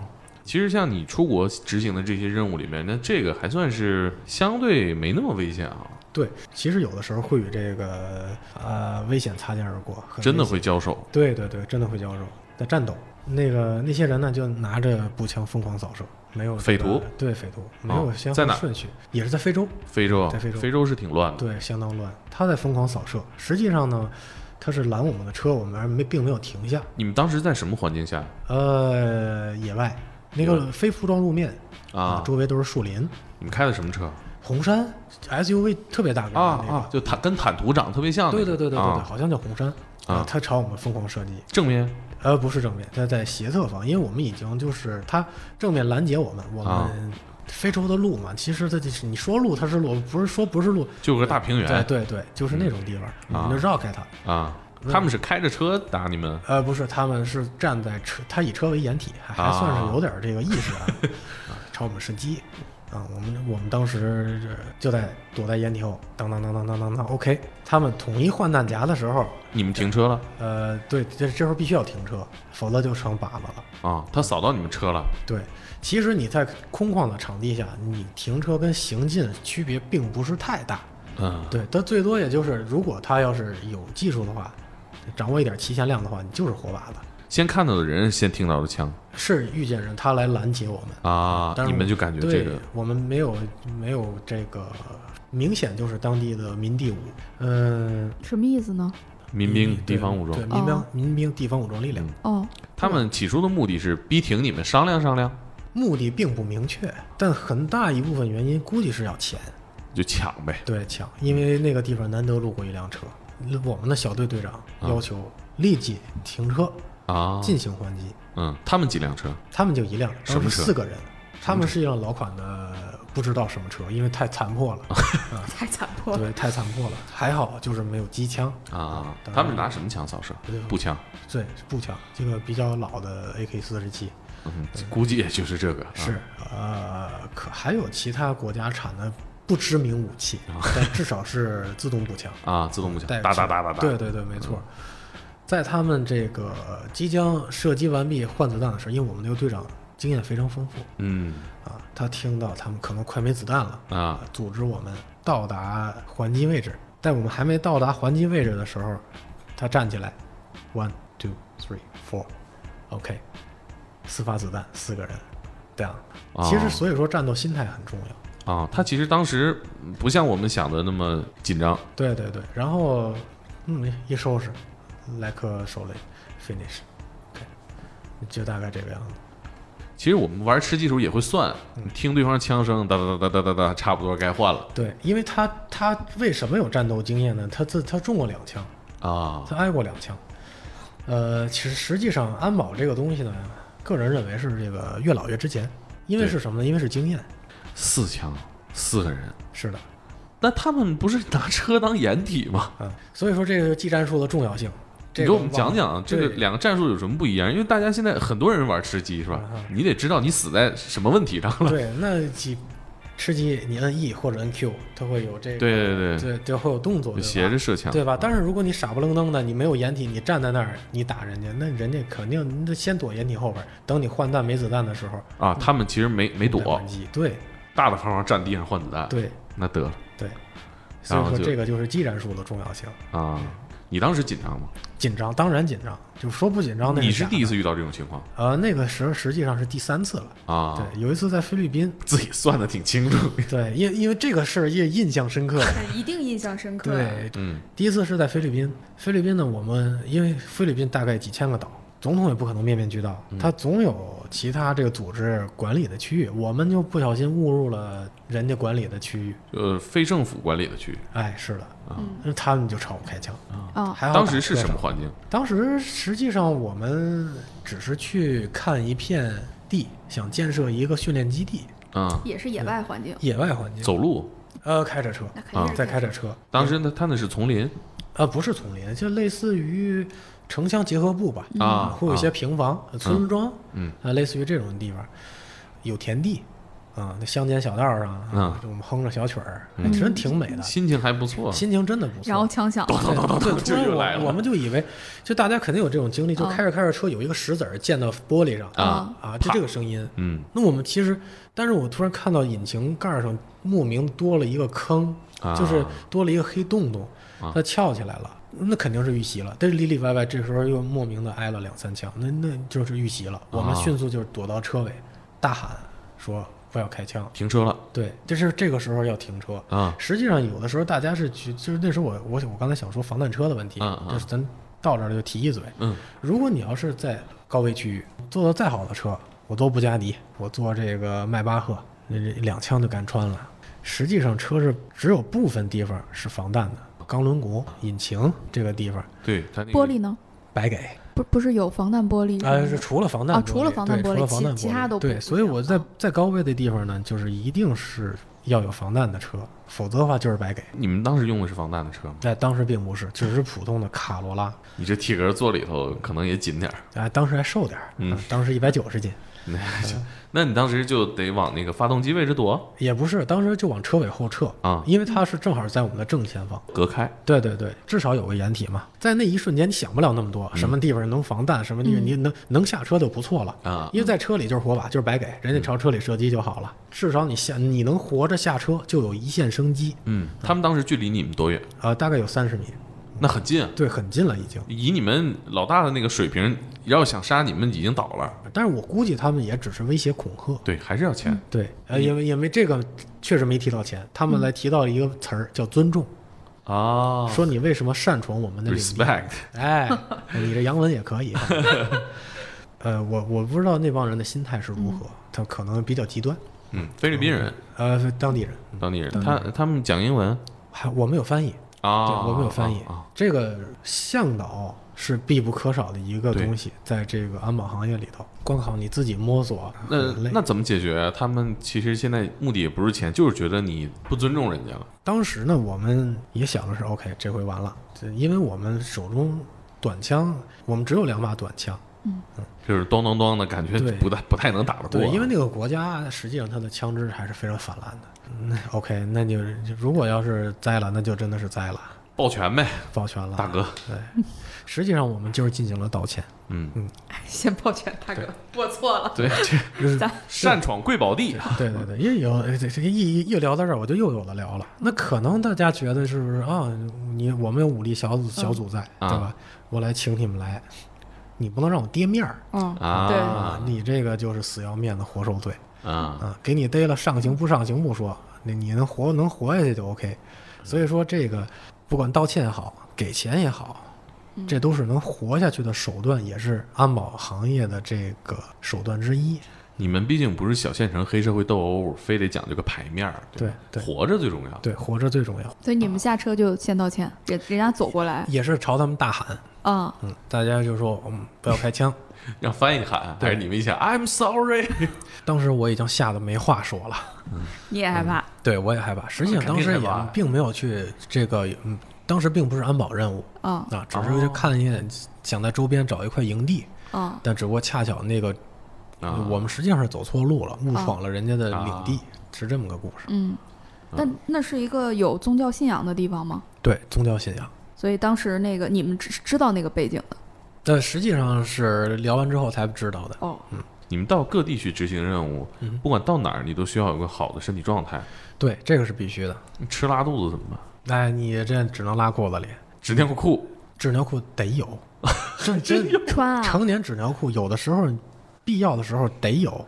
Speaker 4: 其实像你出国执行的这些任务里面，那这个还算是相对没那么危险啊，
Speaker 2: 对，其实有的时候会与这个呃危险擦肩而过，很
Speaker 4: 真的
Speaker 2: 危险
Speaker 4: 会交手
Speaker 2: 对对对，真的会交手，在战斗。那个那些人呢，就拿着步枪疯狂扫射，没有
Speaker 4: 匪
Speaker 2: 这个
Speaker 4: 徒
Speaker 2: 对匪徒没有
Speaker 4: 哦
Speaker 2: 先
Speaker 4: 在
Speaker 2: 后
Speaker 4: 哪
Speaker 2: 顺序，也是在非洲，
Speaker 4: 非洲啊，
Speaker 2: 在非洲
Speaker 4: 非洲是挺乱的。
Speaker 2: 对，相当乱。他在疯狂扫射，实际上呢，他是拦我们的车，我们而没并没有停下。
Speaker 4: 你们当时在什么环境下
Speaker 2: 呃，野外那
Speaker 4: 野
Speaker 2: 个非铺装路面
Speaker 4: 啊？
Speaker 2: 周围都是树林，
Speaker 4: 你们开的什么车
Speaker 2: 红山 SUV 特别大个儿的
Speaker 4: 啊
Speaker 2: 那个
Speaker 4: 啊？就坦跟坦途长得特别像那
Speaker 2: 对对
Speaker 4: 个。
Speaker 2: 对对对对，
Speaker 4: 啊
Speaker 2: 好像叫红山
Speaker 4: 啊
Speaker 2: 他朝我们疯狂射击，
Speaker 4: 正面
Speaker 2: 呃，不是正面，他在斜侧方，因为我们已经就是他正面拦截我们，我
Speaker 4: 啊
Speaker 2: 们非洲的路嘛，其实它就是你说路它是路，不是说不是路，
Speaker 4: 就有个大平
Speaker 2: 对
Speaker 4: 原
Speaker 2: 对对，就是那种地方，
Speaker 4: 啊
Speaker 2: 我们就绕开它。
Speaker 4: 啊，他们是开着车打你们
Speaker 2: 呃，不是，他们是站在车，他以车为掩体，还还算是有点这个意
Speaker 4: [laughs]
Speaker 2: 识啊，啊朝我们射击。啊，我们我们当时就在躲在掩体后，当当当当当当当，OK。他们统一换弹夹的时候，
Speaker 4: 你们停车了
Speaker 2: 呃，对，这这时候必须要停车，否则就成靶子了。
Speaker 4: 啊，他扫到你们车了
Speaker 2: 对，其实你在空旷的场地下，你停车跟行进区别并不是太大。
Speaker 4: 嗯
Speaker 2: 对，它最多也就是，如果他要是有技术的话，掌握一点提前量的话，你就是活靶子。
Speaker 4: 先看到的人，先听到的枪
Speaker 2: 是遇见人，他来拦截我们，
Speaker 4: 啊
Speaker 2: 但，是
Speaker 4: 你们
Speaker 2: 我
Speaker 4: 就感觉
Speaker 2: 对
Speaker 4: 这个
Speaker 2: 我们没有没有这个明显就是当地的民地武，嗯、
Speaker 3: 什么意思呢？
Speaker 4: 民兵地方武
Speaker 2: 对
Speaker 4: 装，
Speaker 2: 民兵、
Speaker 3: 哦
Speaker 2: 民兵地方武装力量，
Speaker 4: 嗯
Speaker 3: 哦，
Speaker 4: 他们起初的目的是逼停你们商量商量，
Speaker 2: 目的并不明确，但很大一部分原因估计是要钱。
Speaker 4: 就抢呗
Speaker 2: 对，抢，因为那个地方难得路过一辆车，我们的小队队长
Speaker 4: 啊
Speaker 2: 要求立即停车
Speaker 4: 啊，
Speaker 2: 进行还击，
Speaker 4: 嗯，他们几辆车
Speaker 2: 他们就一辆，
Speaker 4: 什么
Speaker 2: 当时
Speaker 4: 车
Speaker 2: 四个人，他们是一辆老款的，不知道什么车，因为太残破了，
Speaker 4: 啊
Speaker 3: 太残破了。
Speaker 2: [laughs] 对，太残破了，还好就是没有机枪，
Speaker 4: 啊，
Speaker 2: 当然
Speaker 4: 他们拿什么枪扫射
Speaker 2: 对？
Speaker 4: 步枪，
Speaker 2: 对，是步枪，这个比较老的 AK 四十七
Speaker 4: 嗯，估计也就是这个，啊
Speaker 2: 是，呃，可还有其他国家产的不知名武器，但至少是自动步枪。
Speaker 4: 啊，自动步枪，
Speaker 2: 带
Speaker 4: 哒哒哒哒哒，
Speaker 2: 对对对，没错。在他们这个即将射击完毕换子弹的时候，因为我们那个队长经验非常丰富
Speaker 4: 嗯
Speaker 2: 啊，他听到他们可能快没子弹了，
Speaker 4: 啊，
Speaker 2: 组织我们到达还击位置。在我们还没到达还击位置的时候，他站起来，one two three four，OK，、四发子弹，四个人，这样。其实
Speaker 4: 哦
Speaker 2: 所以说战斗心态很重要。
Speaker 4: 啊，他其实当时嗯不像我们想的那么紧张
Speaker 2: 对对对，然后嗯一收拾，来颗手雷，finish，、o k 就大概这个样子。
Speaker 4: 其实我们玩吃鸡时候也会算，
Speaker 2: 嗯
Speaker 4: 听对方枪声，哒哒哒哒哒哒哒，差不多该换了
Speaker 2: 对，因为他他为什么有战斗经验呢？他自他中过两枪，
Speaker 4: 啊
Speaker 2: 他挨过两枪。呃，其实实际上安保这个东西呢，个人认为是这个越老越值钱，因为
Speaker 4: 对
Speaker 2: 是什么呢？因为是经验。
Speaker 4: 四枪，四个人，
Speaker 2: 是的，
Speaker 4: 那他们不是拿车当掩体吗？
Speaker 2: 啊，所以说这个技战术的重要性。这
Speaker 4: 你
Speaker 2: 个
Speaker 4: 给我们
Speaker 2: 忘了
Speaker 4: 讲讲这个
Speaker 2: 对
Speaker 4: 两个战术有什么不一样？因为大家现在很多人玩吃鸡是吧
Speaker 2: 啊？
Speaker 4: 你得知道你死在什么问题上了。
Speaker 2: 对，那几吃鸡你摁 E 或者摁 Q，它会有这个
Speaker 4: 对对对，
Speaker 2: 对对会有动作，
Speaker 4: 就
Speaker 2: 对
Speaker 4: 斜
Speaker 2: 吧
Speaker 4: 着射枪，
Speaker 2: 对吧？但是如果你傻不愣登的，你没有掩体，你站在那儿你打人家，那人家肯定你得先躲掩体后边儿，等你换弹没子弹的时候
Speaker 4: 啊，他们其实没没
Speaker 2: 再
Speaker 4: 躲
Speaker 2: 还，击。对
Speaker 4: 大大方方站地上换子弹，
Speaker 2: 对
Speaker 4: 那得了
Speaker 2: 对，所以
Speaker 4: 然后
Speaker 2: 说
Speaker 4: 就
Speaker 2: 这个就是技战术的重要性。
Speaker 4: 啊！你当时紧张吗？
Speaker 2: 紧张，当然紧张，就是说不紧张那
Speaker 4: 你是
Speaker 2: 假
Speaker 4: 第一
Speaker 2: 的
Speaker 4: 次遇到这种情况
Speaker 2: 呃，那个时候实际上是第三次了。
Speaker 4: 啊？
Speaker 2: 对，有一次在菲律宾，
Speaker 4: 自己算的
Speaker 2: [laughs]
Speaker 4: 挺清楚。
Speaker 2: 对，因因为这个事儿也印象深刻。
Speaker 3: [laughs] 一定印象深刻。
Speaker 2: 对，
Speaker 4: 嗯
Speaker 2: 第一次是在菲律宾。菲律宾呢，我们因为菲律宾大概几千个岛，总统也不可能面面俱到，
Speaker 4: 嗯
Speaker 2: 他总有其他这个组织管理的区域，我们就不小心误入了人家管理的区域。，
Speaker 4: 呃，非政府管理的区域，
Speaker 2: 哎，是的，嗯，他们就朝我开枪。
Speaker 6: 哦
Speaker 3: 啊，
Speaker 2: 还好
Speaker 4: 啊当
Speaker 2: 打
Speaker 4: 时是
Speaker 2: 车
Speaker 4: 什
Speaker 2: 上
Speaker 4: 么？环境？
Speaker 2: 当时实际上我们只是去看一片地，想建设一个训练基地，
Speaker 4: 啊，
Speaker 3: 也是野外环境，
Speaker 2: 野外环境。
Speaker 4: 走啊路。
Speaker 2: 呃，开着车，
Speaker 3: 那肯定是
Speaker 2: 再开着车，
Speaker 4: 当时呢，他那是丛林
Speaker 2: 呃，不是丛林，就类似于城乡结合部吧，
Speaker 4: 啊，
Speaker 2: 会有一些平房、呃村庄，
Speaker 4: 嗯，
Speaker 2: 啊，类似于这种地方，有田地，啊，那乡间小道上啊，
Speaker 4: 嗯
Speaker 2: 就我们哼着小曲儿，
Speaker 4: 嗯
Speaker 2: 哎真挺美的，
Speaker 4: 心情还不错。
Speaker 2: 心情真的不错。
Speaker 6: 然后枪响了，
Speaker 2: 对对，突
Speaker 4: 就
Speaker 2: 然
Speaker 4: 又来了
Speaker 2: 我我们就以为，就大家肯定有这种经历，就
Speaker 6: 啊
Speaker 2: 开着开着车有一个石子儿溅到玻璃上
Speaker 4: 啊
Speaker 2: 啊，就
Speaker 4: 啪
Speaker 2: 这个声音。
Speaker 4: 嗯
Speaker 2: 那我们其实，但是我突然看到引擎盖上莫名多了一个坑，
Speaker 4: 啊
Speaker 2: 就是多了一个黑洞洞，它翘起来了，那肯定是遇袭了。但是里里外外这时候又莫名的挨了两三枪，那那就是遇袭了。我们迅速就躲到车尾，大喊说不要开枪。
Speaker 4: 停车了
Speaker 2: 对，就是这个时候要停车。
Speaker 4: 啊
Speaker 2: 实际上，有的时候大家是去，就是那时候我我我刚才想说防弹车的问题，
Speaker 4: 嗯嗯
Speaker 2: 就是咱到这儿就提一嘴。
Speaker 4: 嗯，
Speaker 2: 如果你要是在高危区域坐的再好的车，我坐布加迪，我坐这个迈巴赫，那这两枪就干穿了。实际上，车是只有部分地方是防弹的，钢轮毂、引擎这个地方
Speaker 4: 对他那个
Speaker 6: 玻璃呢？
Speaker 2: 白给。
Speaker 6: 不不是有防弹玻璃吗？
Speaker 2: 呃，是除了防弹
Speaker 6: 啊
Speaker 2: 玻璃
Speaker 6: 除了防弹
Speaker 2: 对
Speaker 6: 玻璃
Speaker 2: 除了
Speaker 6: 其
Speaker 2: 防弹玻璃，
Speaker 6: 其他都不
Speaker 2: 对。
Speaker 6: 不
Speaker 2: 所以我
Speaker 6: 行
Speaker 2: 在
Speaker 6: 啊
Speaker 2: 在高危的地方呢，就是一定是要有防弹的车，否则的话就是白给。
Speaker 4: 你们当时用的是防弹的车吗？
Speaker 2: 哎，当时并不是，只是普通的卡罗拉。
Speaker 4: 你这体格坐里头可能也紧点儿，
Speaker 2: 哎，当时还瘦点儿，
Speaker 4: 嗯
Speaker 2: 啊当时一百九十斤，
Speaker 4: 那你当时就得往那个发动机位置躲，
Speaker 2: 也不是，当时就往车尾后撤
Speaker 4: 啊
Speaker 2: 因为它是正好在我们的正前方。
Speaker 4: 隔开。
Speaker 2: 对对对，至少有个掩体嘛，在那一瞬间你想不了那么
Speaker 4: 嗯
Speaker 2: 多，什么地方能防弹，什么地方你能能下车就不错了
Speaker 4: 啊嗯
Speaker 2: 因为在车里就是火把，就是白给，人家朝车里射击就好了，至少你下你能活着下车就有一线生机，
Speaker 4: 嗯，他们当时距离你们多远？
Speaker 2: 啊，大概有三十米，
Speaker 4: 那很近啊。
Speaker 2: 对，很近了已经。
Speaker 4: 以你们老大的那个水平，要想杀你们已经倒了。
Speaker 2: 但是我估计他们也只是威胁恐吓，
Speaker 4: 对，还是要钱
Speaker 2: 对，呃，也没也没这个确实没提到钱，他们来提到一个词儿叫尊重，
Speaker 4: 啊
Speaker 2: 嗯说你为什么擅闯我们的领地
Speaker 4: respect
Speaker 2: 哎，你这洋文也可以。啊
Speaker 4: [laughs]
Speaker 2: 呃，我我不知道那帮人的心态是如何，他可能比较极端，
Speaker 4: 嗯，菲律宾人，
Speaker 2: 呃，当地人，
Speaker 4: 当地人，他他们讲英文
Speaker 2: 还我们有翻译，对，
Speaker 4: 啊，
Speaker 2: 我们有翻译
Speaker 4: 啊啊，
Speaker 2: 这个向导。是必不可少的一个
Speaker 4: 对
Speaker 2: 东西，在这个安保行业里头，光靠你自己摸索
Speaker 4: 那
Speaker 2: 很累。
Speaker 4: 那怎么解决啊？他们其实现在目的也不是钱，就是觉得你不尊重人家了。
Speaker 2: 当时呢，我们也想的是，OK，这回完了，这因为我们手中短枪，我们只有两把短枪，
Speaker 4: 就是咚咚咚的感觉
Speaker 2: 对
Speaker 4: 不太不太能打得过，啊
Speaker 2: 对，因为那个国家实际上它的枪支还是非常泛滥的。那 OK，那就如果要是栽了，那就真的是栽了，
Speaker 4: 抱拳呗，
Speaker 2: 抱拳了。
Speaker 4: 大，哥，
Speaker 2: 对，实际上我们就是进行了道歉。
Speaker 4: 嗯，
Speaker 6: 先抱歉，大哥，我错了。
Speaker 4: 对，
Speaker 2: [laughs]
Speaker 4: 这擅闯贵宝地，
Speaker 2: 对对对，因为有这这一一聊到这儿，我就又有的聊了。那可能大家觉得是不是啊？你我们有武力小组小组在，
Speaker 4: 啊
Speaker 2: 对吧？我来请你们来，你不能让我跌面儿
Speaker 3: 嗯，
Speaker 4: 啊，
Speaker 2: 你这个就是死要面子活受罪。
Speaker 4: 啊，
Speaker 2: 啊，给你逮了上刑不上刑不说，你你能活能活下去就 OK。所
Speaker 4: 嗯
Speaker 2: 以说这个不管道歉也好，给钱也好，这都是能活下去的手段，也是安保行业的这个手段之一。
Speaker 4: 你们毕竟不是小县城黑社会斗殴，非得讲究个牌面儿，吧
Speaker 2: 对对
Speaker 4: 活着最重要。
Speaker 2: 对，活着最重要，
Speaker 6: 所以你们下车就先道歉，人人家走过来
Speaker 2: 也是朝他们大喊，
Speaker 6: 啊，
Speaker 2: 嗯，大家就说，嗯，不要开枪。
Speaker 4: 让翻译喊，还是你们一想
Speaker 2: [laughs]
Speaker 4: ，I'm sorry，
Speaker 2: 当时我已经吓得没话说了，
Speaker 6: 你也害怕
Speaker 2: 对我也害怕。实际上
Speaker 4: 肯
Speaker 2: 当
Speaker 4: 定
Speaker 2: 时
Speaker 4: 害
Speaker 2: 也
Speaker 4: 怕
Speaker 2: 并没有去这个，嗯，当时并不是安保任务
Speaker 4: 嗯
Speaker 3: 嗯
Speaker 2: 啊，
Speaker 6: 啊
Speaker 2: 只是去看一
Speaker 4: 哦
Speaker 2: 眼，想在周边找一块营地。
Speaker 3: 嗯
Speaker 6: 啊
Speaker 2: 但只不过恰巧那个，
Speaker 4: 啊
Speaker 2: 我们实际上是走错路了，误闯了人家的领地，是这么个故事。
Speaker 6: 哦嗯。但那是一个有宗教信仰的地方吗？
Speaker 2: 对，宗教信仰。
Speaker 6: 所以当时那个你们知知道那个背景的
Speaker 2: 但实际上是聊完之后才知道的。
Speaker 6: 哦，
Speaker 4: 你们到各地去执行任务，
Speaker 2: 嗯
Speaker 4: 不管到哪儿，你都需要有个好的身体状态。
Speaker 2: 对，这个是必须的。
Speaker 4: 你吃拉肚子怎么办？
Speaker 2: 哎，你这只能拉裤子里，
Speaker 4: 纸尿裤
Speaker 2: 纸尿裤得
Speaker 4: [laughs]
Speaker 2: 有，真真
Speaker 6: 穿啊，
Speaker 2: 成年纸尿裤有的时候必要的时候得有，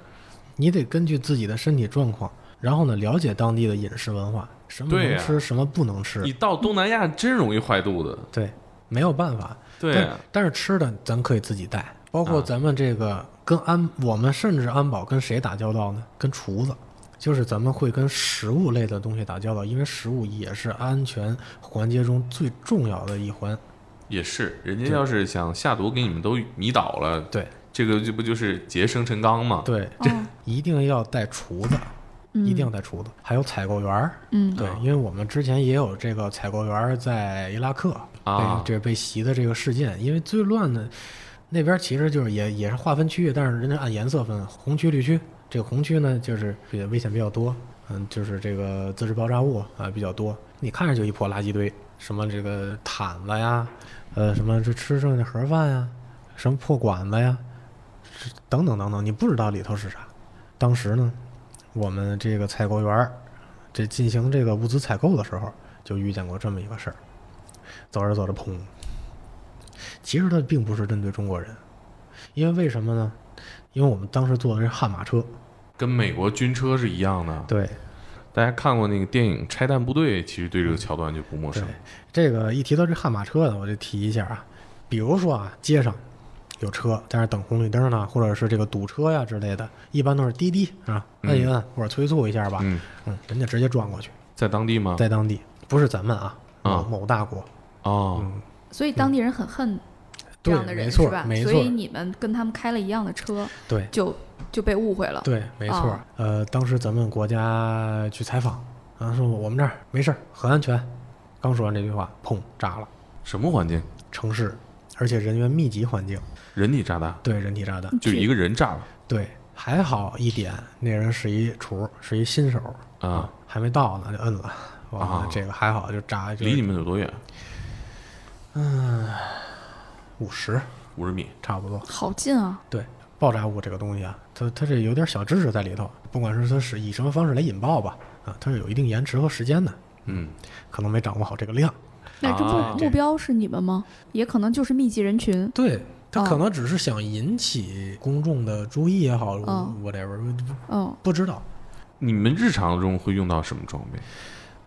Speaker 2: 你得根据自己的身体状况，然后呢了解当地的饮食文化，什么
Speaker 4: 对
Speaker 2: 能
Speaker 4: 呀
Speaker 2: 吃，什么不能吃
Speaker 4: 你。到东南亚真容易坏肚子。
Speaker 2: 对，没有办法。
Speaker 4: 对
Speaker 2: 但但是吃的咱可以自己带，包括
Speaker 4: 啊
Speaker 2: 咱们这个跟安，我们甚至安保跟谁打交道呢？跟厨子，就是咱们会跟食物类的东西打交道，因为食物也是安全环节中最重要的一环。
Speaker 4: 也是，人家要是想下毒，给你们都迷倒了，
Speaker 2: 对
Speaker 4: 这个就不就是劫生辰纲吗？
Speaker 2: 对，
Speaker 6: 哦
Speaker 2: 一定要带厨子，一定要带厨子，还有采购员儿。
Speaker 6: 嗯
Speaker 4: 啊
Speaker 2: 对，因为我们之前也有这个采购员儿在伊拉克
Speaker 4: 啊
Speaker 2: 被这被袭的这个事件，因为最乱的那边其实就是也也是划分区域，但是人家按颜色分，红区、绿区。这个红区呢，就是比较危险比较多，嗯，就是这个自制爆炸物啊比较多，你看着就一破垃圾堆，什么这个毯子呀，呃，什么这吃剩的盒饭呀，什么破管子呀，这等等等等，你不知道里头是啥。当时呢，我们这个采购员儿这进行这个物资采购的时候，就遇见过这么一个事儿。走着走着，砰！其实它并不是针对中国人，因为为什么呢？因为我们当时坐的是悍马车，
Speaker 4: 跟美国军车是一样的。
Speaker 2: 对，
Speaker 4: 大家看过那个电影《拆弹部队》，其实对这个桥段就不陌生。
Speaker 2: 对这个一提到这悍马车呢，我就提一下啊，比如说啊，街上有车在那儿等红绿灯呢，或者是这个堵车呀之类的，一般都是滴滴啊，摁一摁或者催促一下吧，
Speaker 4: 嗯，
Speaker 2: 嗯，人家直接撞过去，
Speaker 4: 在当地吗？
Speaker 2: 在当地不是咱们啊，
Speaker 4: 啊
Speaker 2: 某某大国，
Speaker 4: 哦，
Speaker 2: 嗯，
Speaker 6: 所以当地人很恨这
Speaker 2: 对
Speaker 6: 样的，人
Speaker 2: 没
Speaker 6: 是
Speaker 2: 错
Speaker 6: 吧，？
Speaker 2: 没
Speaker 6: 所以
Speaker 2: 错，
Speaker 6: 你们跟他们开了一样的车，
Speaker 2: 对
Speaker 6: 就就被误会了。
Speaker 2: 对，没错，
Speaker 6: 啊
Speaker 2: 呃，当时咱们国家去采访，啊，说我们这儿没事儿，很安全，刚说完这句话，砰，炸了，
Speaker 4: 什么环境？
Speaker 2: 城市，而且人员密集环境，
Speaker 4: 人体炸弹，
Speaker 2: 对人体炸弹。
Speaker 4: 就一个人炸了
Speaker 2: 对，还好一点，那人是一厨，是一新手，
Speaker 4: 啊！
Speaker 2: 还没到呢就摁了。完了，
Speaker 4: 啊
Speaker 2: 这个还好，就炸就
Speaker 4: 离你们有多远？
Speaker 2: 五十
Speaker 4: 五十米。
Speaker 2: 差不多。
Speaker 6: 好近啊！
Speaker 2: 对，爆炸物这个东西啊，它它这有点小知识在里头，不管是它是以什么方式来引爆吧，啊，它是有一定延迟和时间的，
Speaker 4: 嗯，
Speaker 2: 可能没掌握好这个量。
Speaker 6: 那这
Speaker 4: 啊
Speaker 6: 目目标是你们吗？也可能就是密集人群。
Speaker 2: 对，它
Speaker 6: 哦
Speaker 2: 可能只是想引起公众的注意也好、
Speaker 6: 哦
Speaker 2: w h a t e v e r
Speaker 6: 嗯，
Speaker 2: 不知道，
Speaker 4: 你们日常中会用到什么装备？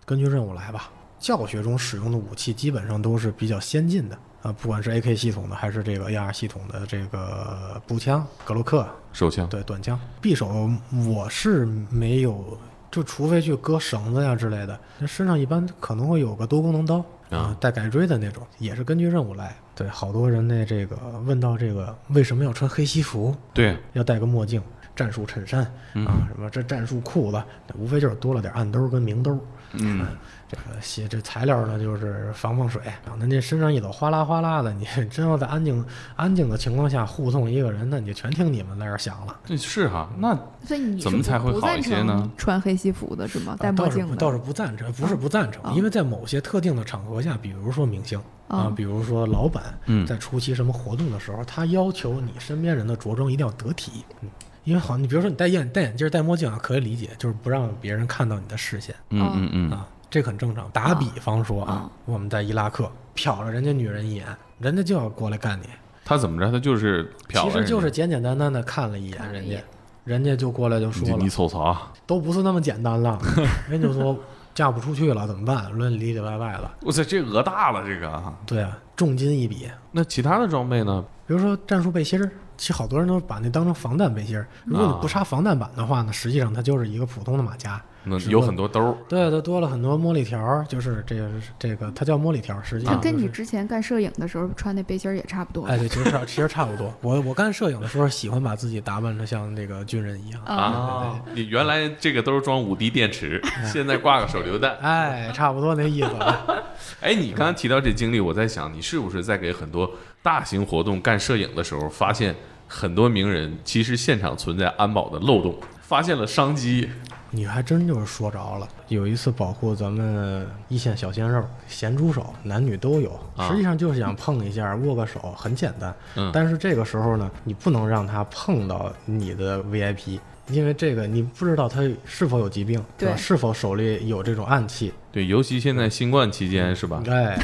Speaker 2: 根据任务来吧。教学中使用的武器基本上都是比较先进的啊，不管是 AK 系统的还是这个 AR 系统的这个步枪、格洛克，
Speaker 4: 手枪？
Speaker 2: 对短枪、匕首，我是没有，就除非去割绳子呀之类的，那身上一般可能会有个多功能刀啊
Speaker 4: 啊，
Speaker 2: 带改锥的那种，也是根据任务来。对，好多人呢，这个问到这个为什么要穿黑西服，
Speaker 4: 对，啊
Speaker 2: 要戴个墨镜、战术衬衫啊，什么这战术裤子，无非就是多了点暗兜跟明兜。啊
Speaker 4: 嗯，
Speaker 2: 这个鞋这材料呢，就是防防水。啊，那这身上一抖，哗啦哗啦的，你 [laughs] 真要在安静安静的情况下护送一个人，那你就全听你们在这儿想了。
Speaker 4: 这是哈。那
Speaker 6: 所以你
Speaker 4: 怎么
Speaker 6: 是
Speaker 4: 才会
Speaker 6: 不
Speaker 4: 好
Speaker 6: 赞
Speaker 4: 一些
Speaker 6: 成
Speaker 4: 呢
Speaker 6: 穿黑西服的是吗？戴
Speaker 2: 啊
Speaker 6: 墨
Speaker 2: 倒是
Speaker 6: 镜
Speaker 2: 不
Speaker 6: 的
Speaker 2: 倒是不赞成，不是不赞成，
Speaker 6: 啊
Speaker 2: 因为在某些特定的场合下，比如说明星啊
Speaker 6: 啊，
Speaker 2: 比如说老板，
Speaker 4: 嗯
Speaker 2: 在出席什么活动的时候，他要求你身边人的着装一定要得体。嗯，因为好像你比如说你戴眼戴眼镜、戴墨镜啊，可以理解，就是不让别人看到你的视线。
Speaker 4: 嗯嗯嗯，
Speaker 2: 啊，这很正常。打比方说啊
Speaker 6: 啊，
Speaker 2: 我们在伊拉克瞟了人家女人一眼，人家就要过来干你，
Speaker 4: 他怎么着？他就是瞟
Speaker 2: 其
Speaker 4: 了
Speaker 2: 实
Speaker 4: 人家，
Speaker 2: 就是简简单单的看了一眼
Speaker 6: 看了
Speaker 2: 人
Speaker 6: 一
Speaker 2: 家
Speaker 6: 眼，
Speaker 2: 人家就过来就
Speaker 4: 你
Speaker 2: 说了
Speaker 4: 你，瞅啥啊？
Speaker 2: 都不是那么简单了，人家就说嫁不出去了怎么办？论里里外外了，
Speaker 4: 我操，这额大了这个啊！
Speaker 2: 对啊，重金一笔。
Speaker 4: 那其他的装备呢？
Speaker 2: 比如说战术背心儿，其实好多人都把那当成防弹背心儿。如果你
Speaker 4: 啊
Speaker 2: 不插防弹板的话呢，实际上它就是一个普通的马甲。
Speaker 4: 那
Speaker 2: 是
Speaker 4: 有
Speaker 2: 问
Speaker 4: 很多兜儿，
Speaker 2: 对，啊它多了很多玻璃条儿，就是这个这个，它叫玻璃条儿，实际
Speaker 6: 这
Speaker 2: 上
Speaker 6: 啊跟
Speaker 2: 啊就
Speaker 6: 你
Speaker 2: 是
Speaker 6: 之前干摄影的时候穿那背心儿也差不多。
Speaker 2: 哎，对，其实差其实差不多。我我干摄影的时候，喜欢把自己打扮的像那个军人一样。
Speaker 4: 啊，你原来这个兜装五 D 电池，现在挂个手榴弹。
Speaker 2: 哎，差不多那意思吧。
Speaker 4: 哎，你刚刚提到这经历，我在想，你是不是在给很多大型活动干摄影的时候，发现很多名人其实现场存在安保的漏洞，发现了商机？
Speaker 2: 你还真就是说着了。有一次保护咱们一线小鲜肉、咸猪手，男女都有，
Speaker 4: 啊
Speaker 2: 实际上就是想碰一下、握个手，很简单。
Speaker 4: 嗯
Speaker 2: 但是这个时候呢，你不能让他碰到你的 VIP。因为这个，你不知道他是否有疾病，是吧
Speaker 6: 对
Speaker 2: 是否手里有这种暗器，
Speaker 4: 对，尤其现在新冠期间，是吧？
Speaker 2: 哎，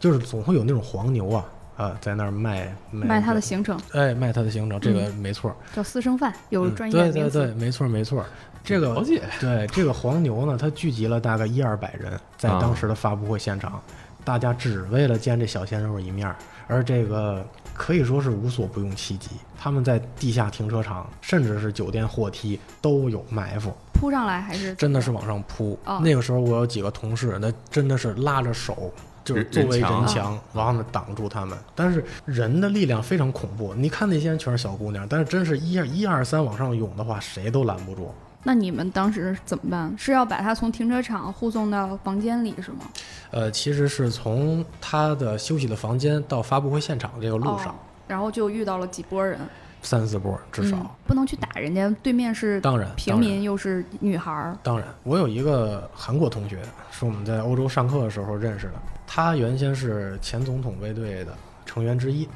Speaker 2: 就是总会有那种黄牛啊啊，在那儿卖
Speaker 3: 卖他的嗯行程
Speaker 2: 哎，卖他的行程，这个没错儿。
Speaker 3: 叫私生饭，有
Speaker 2: 嗯
Speaker 3: 专业
Speaker 2: 对
Speaker 3: 名
Speaker 2: 对
Speaker 3: 词。
Speaker 2: 对，没错儿没错儿。这个
Speaker 4: 了解
Speaker 2: [laughs] 对这个黄牛呢，他聚集了大概一二百人，在
Speaker 4: 啊
Speaker 2: 当时的发布会现场，大家只为了见这小鲜肉一面儿，而这个可以说是无所不用其极。他们在地下停车场，甚至是酒店货梯都有埋伏，
Speaker 6: 扑上来还是
Speaker 2: 真的是往上扑。
Speaker 6: 哦
Speaker 2: 那个时候我有几个同事，那真的是拉着手。就是
Speaker 4: 人
Speaker 2: 作为
Speaker 4: 人墙啊
Speaker 2: 人墙，然后呢挡住他们。但是人的力量非常恐怖，你看那些人全是小姑娘，但是真是一二一二三往上涌的话，谁都拦不住。
Speaker 6: 那你们当时怎么办？是要把他从停车场护送到房间里是吗？
Speaker 2: 呃，其实是从
Speaker 6: 哦
Speaker 2: 他的休息的房间到发布会现场这个路上，
Speaker 6: 哦然后就遇到了几波人，
Speaker 2: 三四波至少。
Speaker 6: 嗯不能去打人家，对面是
Speaker 2: 当然，
Speaker 6: 平
Speaker 2: 当然
Speaker 6: 民又是女孩儿，
Speaker 2: 当然，我有一个韩国同学，是我们在欧洲上课的时候认识的。他原先是前总统卫队的成员之一，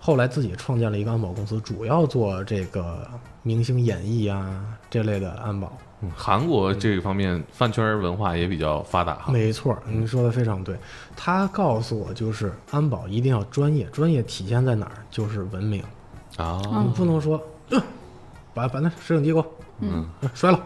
Speaker 2: 后来自己创建了一个安保公司，主要做这个明星演艺啊这类的安保。
Speaker 4: 嗯韩国这个方面饭圈文化也比较发达哈。
Speaker 2: 没错，您说的非常对。他告诉我，就是安保一定要专业，专业体现在哪儿？就是文明，
Speaker 4: 啊
Speaker 2: 你，不能说，呃把把那摄影机给我
Speaker 4: 嗯
Speaker 2: 呃摔了，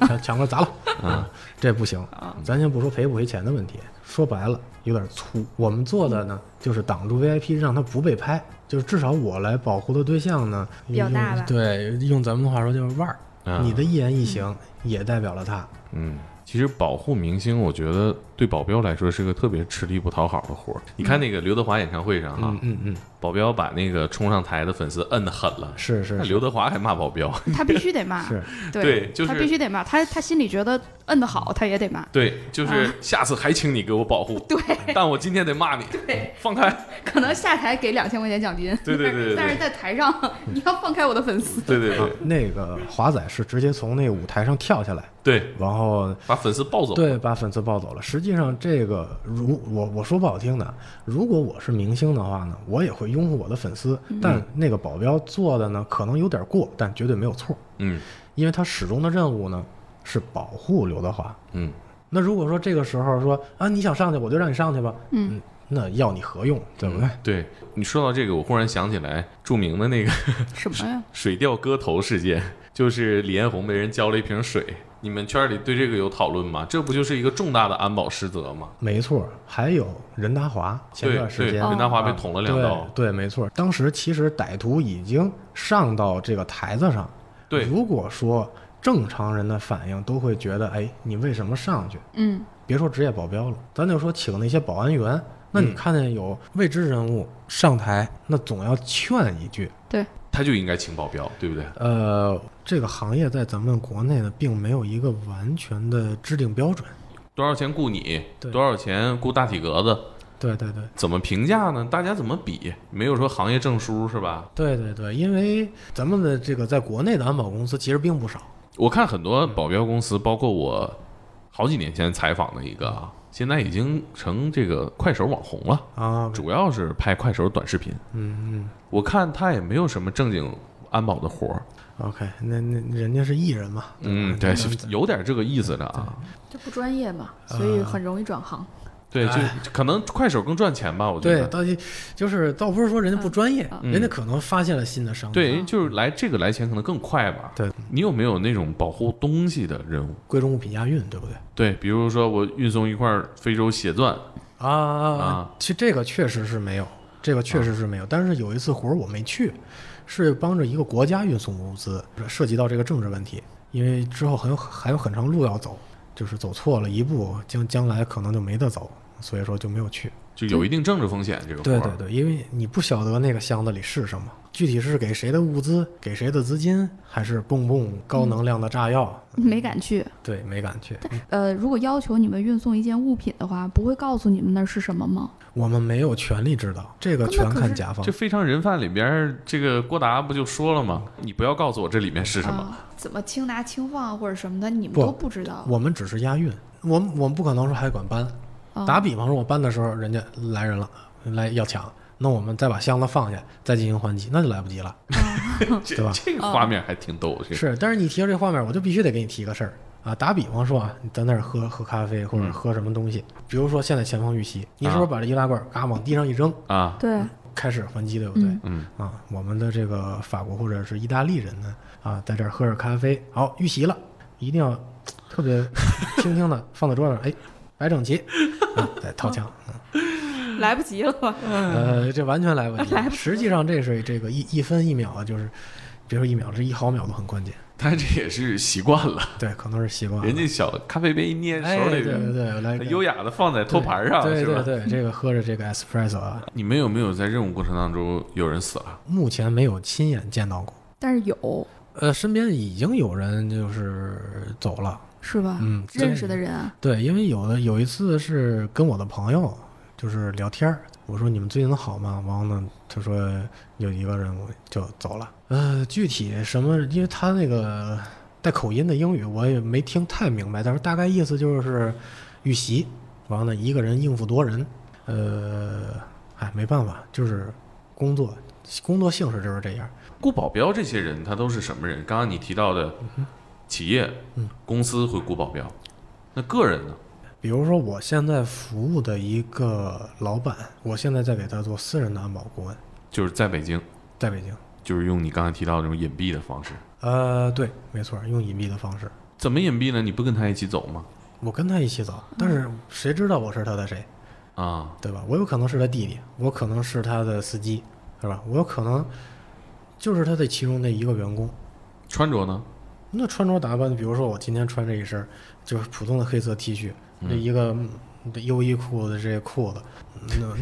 Speaker 2: 啊抢抢过来砸了，啊，这不行。
Speaker 4: 嗯
Speaker 2: 咱先不说赔不赔钱的问题，说白了有点粗。我们做的呢，就是挡住 VIP，让他不被拍，就是至少我来保护的对象呢，
Speaker 6: 比较大吧
Speaker 2: 用对，用咱们的话说就是腕儿。
Speaker 4: 啊
Speaker 2: 你的一言一行也代表了他，
Speaker 4: 嗯，其实保护明星，我觉得对保镖来说是个特别吃力不讨好的活儿。你看那个刘德华演唱会上哈
Speaker 2: 嗯，嗯嗯，
Speaker 4: 保镖把那个冲上台的粉丝摁得狠了，
Speaker 2: 是是
Speaker 4: 那
Speaker 2: 是
Speaker 4: 刘德华还骂保镖，
Speaker 3: 他必须得骂，
Speaker 2: 嗯
Speaker 6: [laughs]
Speaker 2: 是，
Speaker 4: 对就是
Speaker 3: 他必须得骂，他他心里觉得摁得好，他也得骂。
Speaker 4: [laughs] 对，
Speaker 2: 啊
Speaker 4: 就是下次还请你给我保护，
Speaker 3: 对，
Speaker 4: 但我今天得骂你，
Speaker 3: 对，
Speaker 4: 放开，
Speaker 3: 可能下台给两千块钱奖金，
Speaker 4: 对对对对对
Speaker 3: 但是在台上
Speaker 2: 嗯
Speaker 3: 你要放开我的粉丝，
Speaker 4: 对对对
Speaker 2: 那个华仔是直接从那舞台上跳下来，
Speaker 4: 对，
Speaker 2: 然后
Speaker 4: 把粉丝抱走，
Speaker 2: 对，把粉丝抱走了。实际上，这个如我我说不好听的，如果我是明星的话呢，我也会拥护我的粉丝。
Speaker 4: 嗯
Speaker 2: 但那个保镖做的呢，可能有点过，但绝对没有错，
Speaker 4: 嗯
Speaker 2: 因为他始终的任务呢是保护刘德华。
Speaker 4: 嗯，
Speaker 2: 那如果说这个时候说啊，你想上去，我就让你上去吧，
Speaker 3: 嗯，
Speaker 2: 那要你何用，对不对？
Speaker 4: 对你说到这个，我忽然想起来著名的那个
Speaker 3: 什
Speaker 6: 哎
Speaker 3: 么呀？
Speaker 4: 水调歌头事件，就是李彦宏被人浇了一瓶水。你们圈里对这个有讨论吗？这不就是一个重大的安保失责吗？
Speaker 2: 没错，还有任达华前
Speaker 4: 对
Speaker 2: 段时间哦
Speaker 4: 对，任达华被捅了两刀，
Speaker 2: 对，对，没错。当时其实歹徒已经上到这个台子上。
Speaker 4: 对
Speaker 2: 如果说正常人的反应都会觉得，哎，你为什么上去？
Speaker 3: 嗯，
Speaker 2: 别说职业保镖了，咱就说请那些保安员，那
Speaker 4: 嗯
Speaker 2: 你看见有未知人物上台，那总要劝一句。
Speaker 4: 他就应该请保镖，对不对？
Speaker 2: 呃，这个行业在咱们国内呢，并没有一个完全的制定标准。
Speaker 4: 多少钱雇你？
Speaker 2: 对
Speaker 4: 多少钱雇大体格子？
Speaker 2: 对对对。
Speaker 4: 怎么评价呢？大家怎么比？没有说行业证书是吧？
Speaker 2: 对对对，因为咱们的这个在国内的安保公司其实并不少，
Speaker 4: 我看很多
Speaker 2: 嗯
Speaker 4: 保镖公司，包括我好几年前采访的一个啊，现在已经成这个快手网红了，
Speaker 2: 啊，
Speaker 4: 主要是拍快手短视频。
Speaker 2: 嗯
Speaker 4: 我看他也没有什么正经安保的活儿，
Speaker 2: 嗯，OK，那那人家是艺人嘛，
Speaker 4: 嗯，
Speaker 2: 对
Speaker 4: 对
Speaker 2: 吧，
Speaker 4: 有点这个意思的啊。
Speaker 6: 这不专业嘛，
Speaker 2: 啊
Speaker 6: 所以很容易转行。
Speaker 4: 对，就可能快手更赚钱吧，我觉
Speaker 2: 哎对，
Speaker 4: 得。
Speaker 2: 倒也就是倒不是说人家不专业，
Speaker 4: 嗯
Speaker 2: 人家可能发现了新的商机。
Speaker 4: 对，就是来这个来钱可能更快吧。
Speaker 2: 嗯对，
Speaker 4: 你有没有那种保护东西的任务？
Speaker 2: 贵重物品押运，对不对？
Speaker 4: 对，比如说我运送一块非洲血钻，
Speaker 2: 啊
Speaker 4: 啊，
Speaker 2: 其实这个确实是没有，这个确实是没有。但是有一次活儿我没去，是帮着一个国家运送物资，涉及到这个政治问题，因为之后很有还有很长路要走，就是走错了一步，将将来可能就没得走，所以说就没有去。
Speaker 4: 就有一定政治风险。这个活
Speaker 2: 对
Speaker 4: 儿
Speaker 2: 对对，因为你不晓得那个箱子里是什么，具体是给谁的物资，给谁的资金，还是蹦蹦高
Speaker 6: 嗯
Speaker 2: 能量的炸药，
Speaker 6: 没敢去，
Speaker 2: 对，没敢去。
Speaker 6: 呃，如果要求你们运送一件物品的话，不会告诉你们那是什么吗？
Speaker 2: 我们没有权利知道，这个
Speaker 6: 那
Speaker 2: 全
Speaker 6: 可
Speaker 2: 看
Speaker 6: 是
Speaker 2: 甲方
Speaker 4: 这。《非常人贩》里边儿，这个郭达不就说了吗？你不要告诉我这里面是什么。
Speaker 6: 啊怎么轻拿轻放或者什么的，你们
Speaker 2: 不
Speaker 6: 都不知道。
Speaker 2: 我们只是押运，我们我们不可能说还管搬。打
Speaker 6: 啊
Speaker 2: 比方说，我搬的时候人家来人了，来要抢，那我们再把箱子放下，再进行还击，那就来不及了，
Speaker 6: 哦
Speaker 2: [laughs] 对吧？
Speaker 4: 这个画面还挺逗，这个
Speaker 2: 是，但是你提到这画面，我就必须得给你提个事儿啊。打比方说啊，你在那儿喝喝咖啡或者喝什么东西，比如说现在前方遇袭，你是不是把这易拉罐嘎往地上一扔，
Speaker 4: 啊，
Speaker 6: [laughs] 对，
Speaker 2: 开始还击，对不对？
Speaker 4: 嗯
Speaker 2: 啊，我们的这个法国或者是意大利人呢，啊，在这儿喝着咖啡，好遇袭了，一定要特 [laughs] 别轻轻的放在桌上，哎，摆整 [laughs] 齐，啊，再掏枪。
Speaker 3: 来不及了。
Speaker 2: 呃，这完全来不及。实际上，这是这个一一分一秒啊，就是别说一秒，这一毫秒都很关键。
Speaker 4: 但这也是习惯了，
Speaker 2: 对，可能是习惯了。
Speaker 4: 人家小咖啡杯一捏
Speaker 2: 哎，
Speaker 4: 手
Speaker 2: 对
Speaker 4: 里
Speaker 2: 对
Speaker 4: 边，
Speaker 2: 对，来个
Speaker 4: 它优雅的放在托盘上，
Speaker 2: 对
Speaker 4: 是吧？
Speaker 2: 对对，这个喝着这个 espresso 啊，
Speaker 4: 你们有没有在任务过程当中有人死了？
Speaker 2: 目前没有亲眼见到过。
Speaker 6: 但是有
Speaker 2: 呃，身边已经有人就是走了，
Speaker 6: 是吧？
Speaker 2: 嗯，
Speaker 6: 认识的人啊，
Speaker 2: 对，因为有的有一次是跟我的朋友，就是聊天儿。我说你们最近都好吗？然后呢，他说有一个人我就走了。呃，具体什么？因为他那个带口音的英语我也没听太明白，但是大概意思就是遇袭，然后呢一个人应付多人。呃，哎，没办法，就是工作，工作性质就是这样。
Speaker 4: 雇保镖这些人，他都是什么人？刚刚你提到的企业、
Speaker 2: 嗯
Speaker 4: 公司会雇保镖，那个人呢？
Speaker 2: 比如说，我现在服务的一个老板，我现在在给他做私人的安保顾问，
Speaker 4: 就是在北京，
Speaker 2: 在北京。
Speaker 4: 就是用你刚才提到的那种隐蔽的方式。
Speaker 2: 呃，对，没错，用隐蔽的方式。
Speaker 4: 怎么隐蔽呢？你不跟他一起走吗？
Speaker 2: 我跟他一起走，但是谁知道我是他的谁，
Speaker 4: 啊，
Speaker 2: 对吧？我有可能是他弟弟，我可能是他的司机，是吧？我有可能就是他的其中的一个员工。
Speaker 4: 穿着呢？
Speaker 2: 那穿着打扮，比如说我今天穿这一身儿，就是普通的黑色 T 恤，那一个嗯优衣库的这些裤子，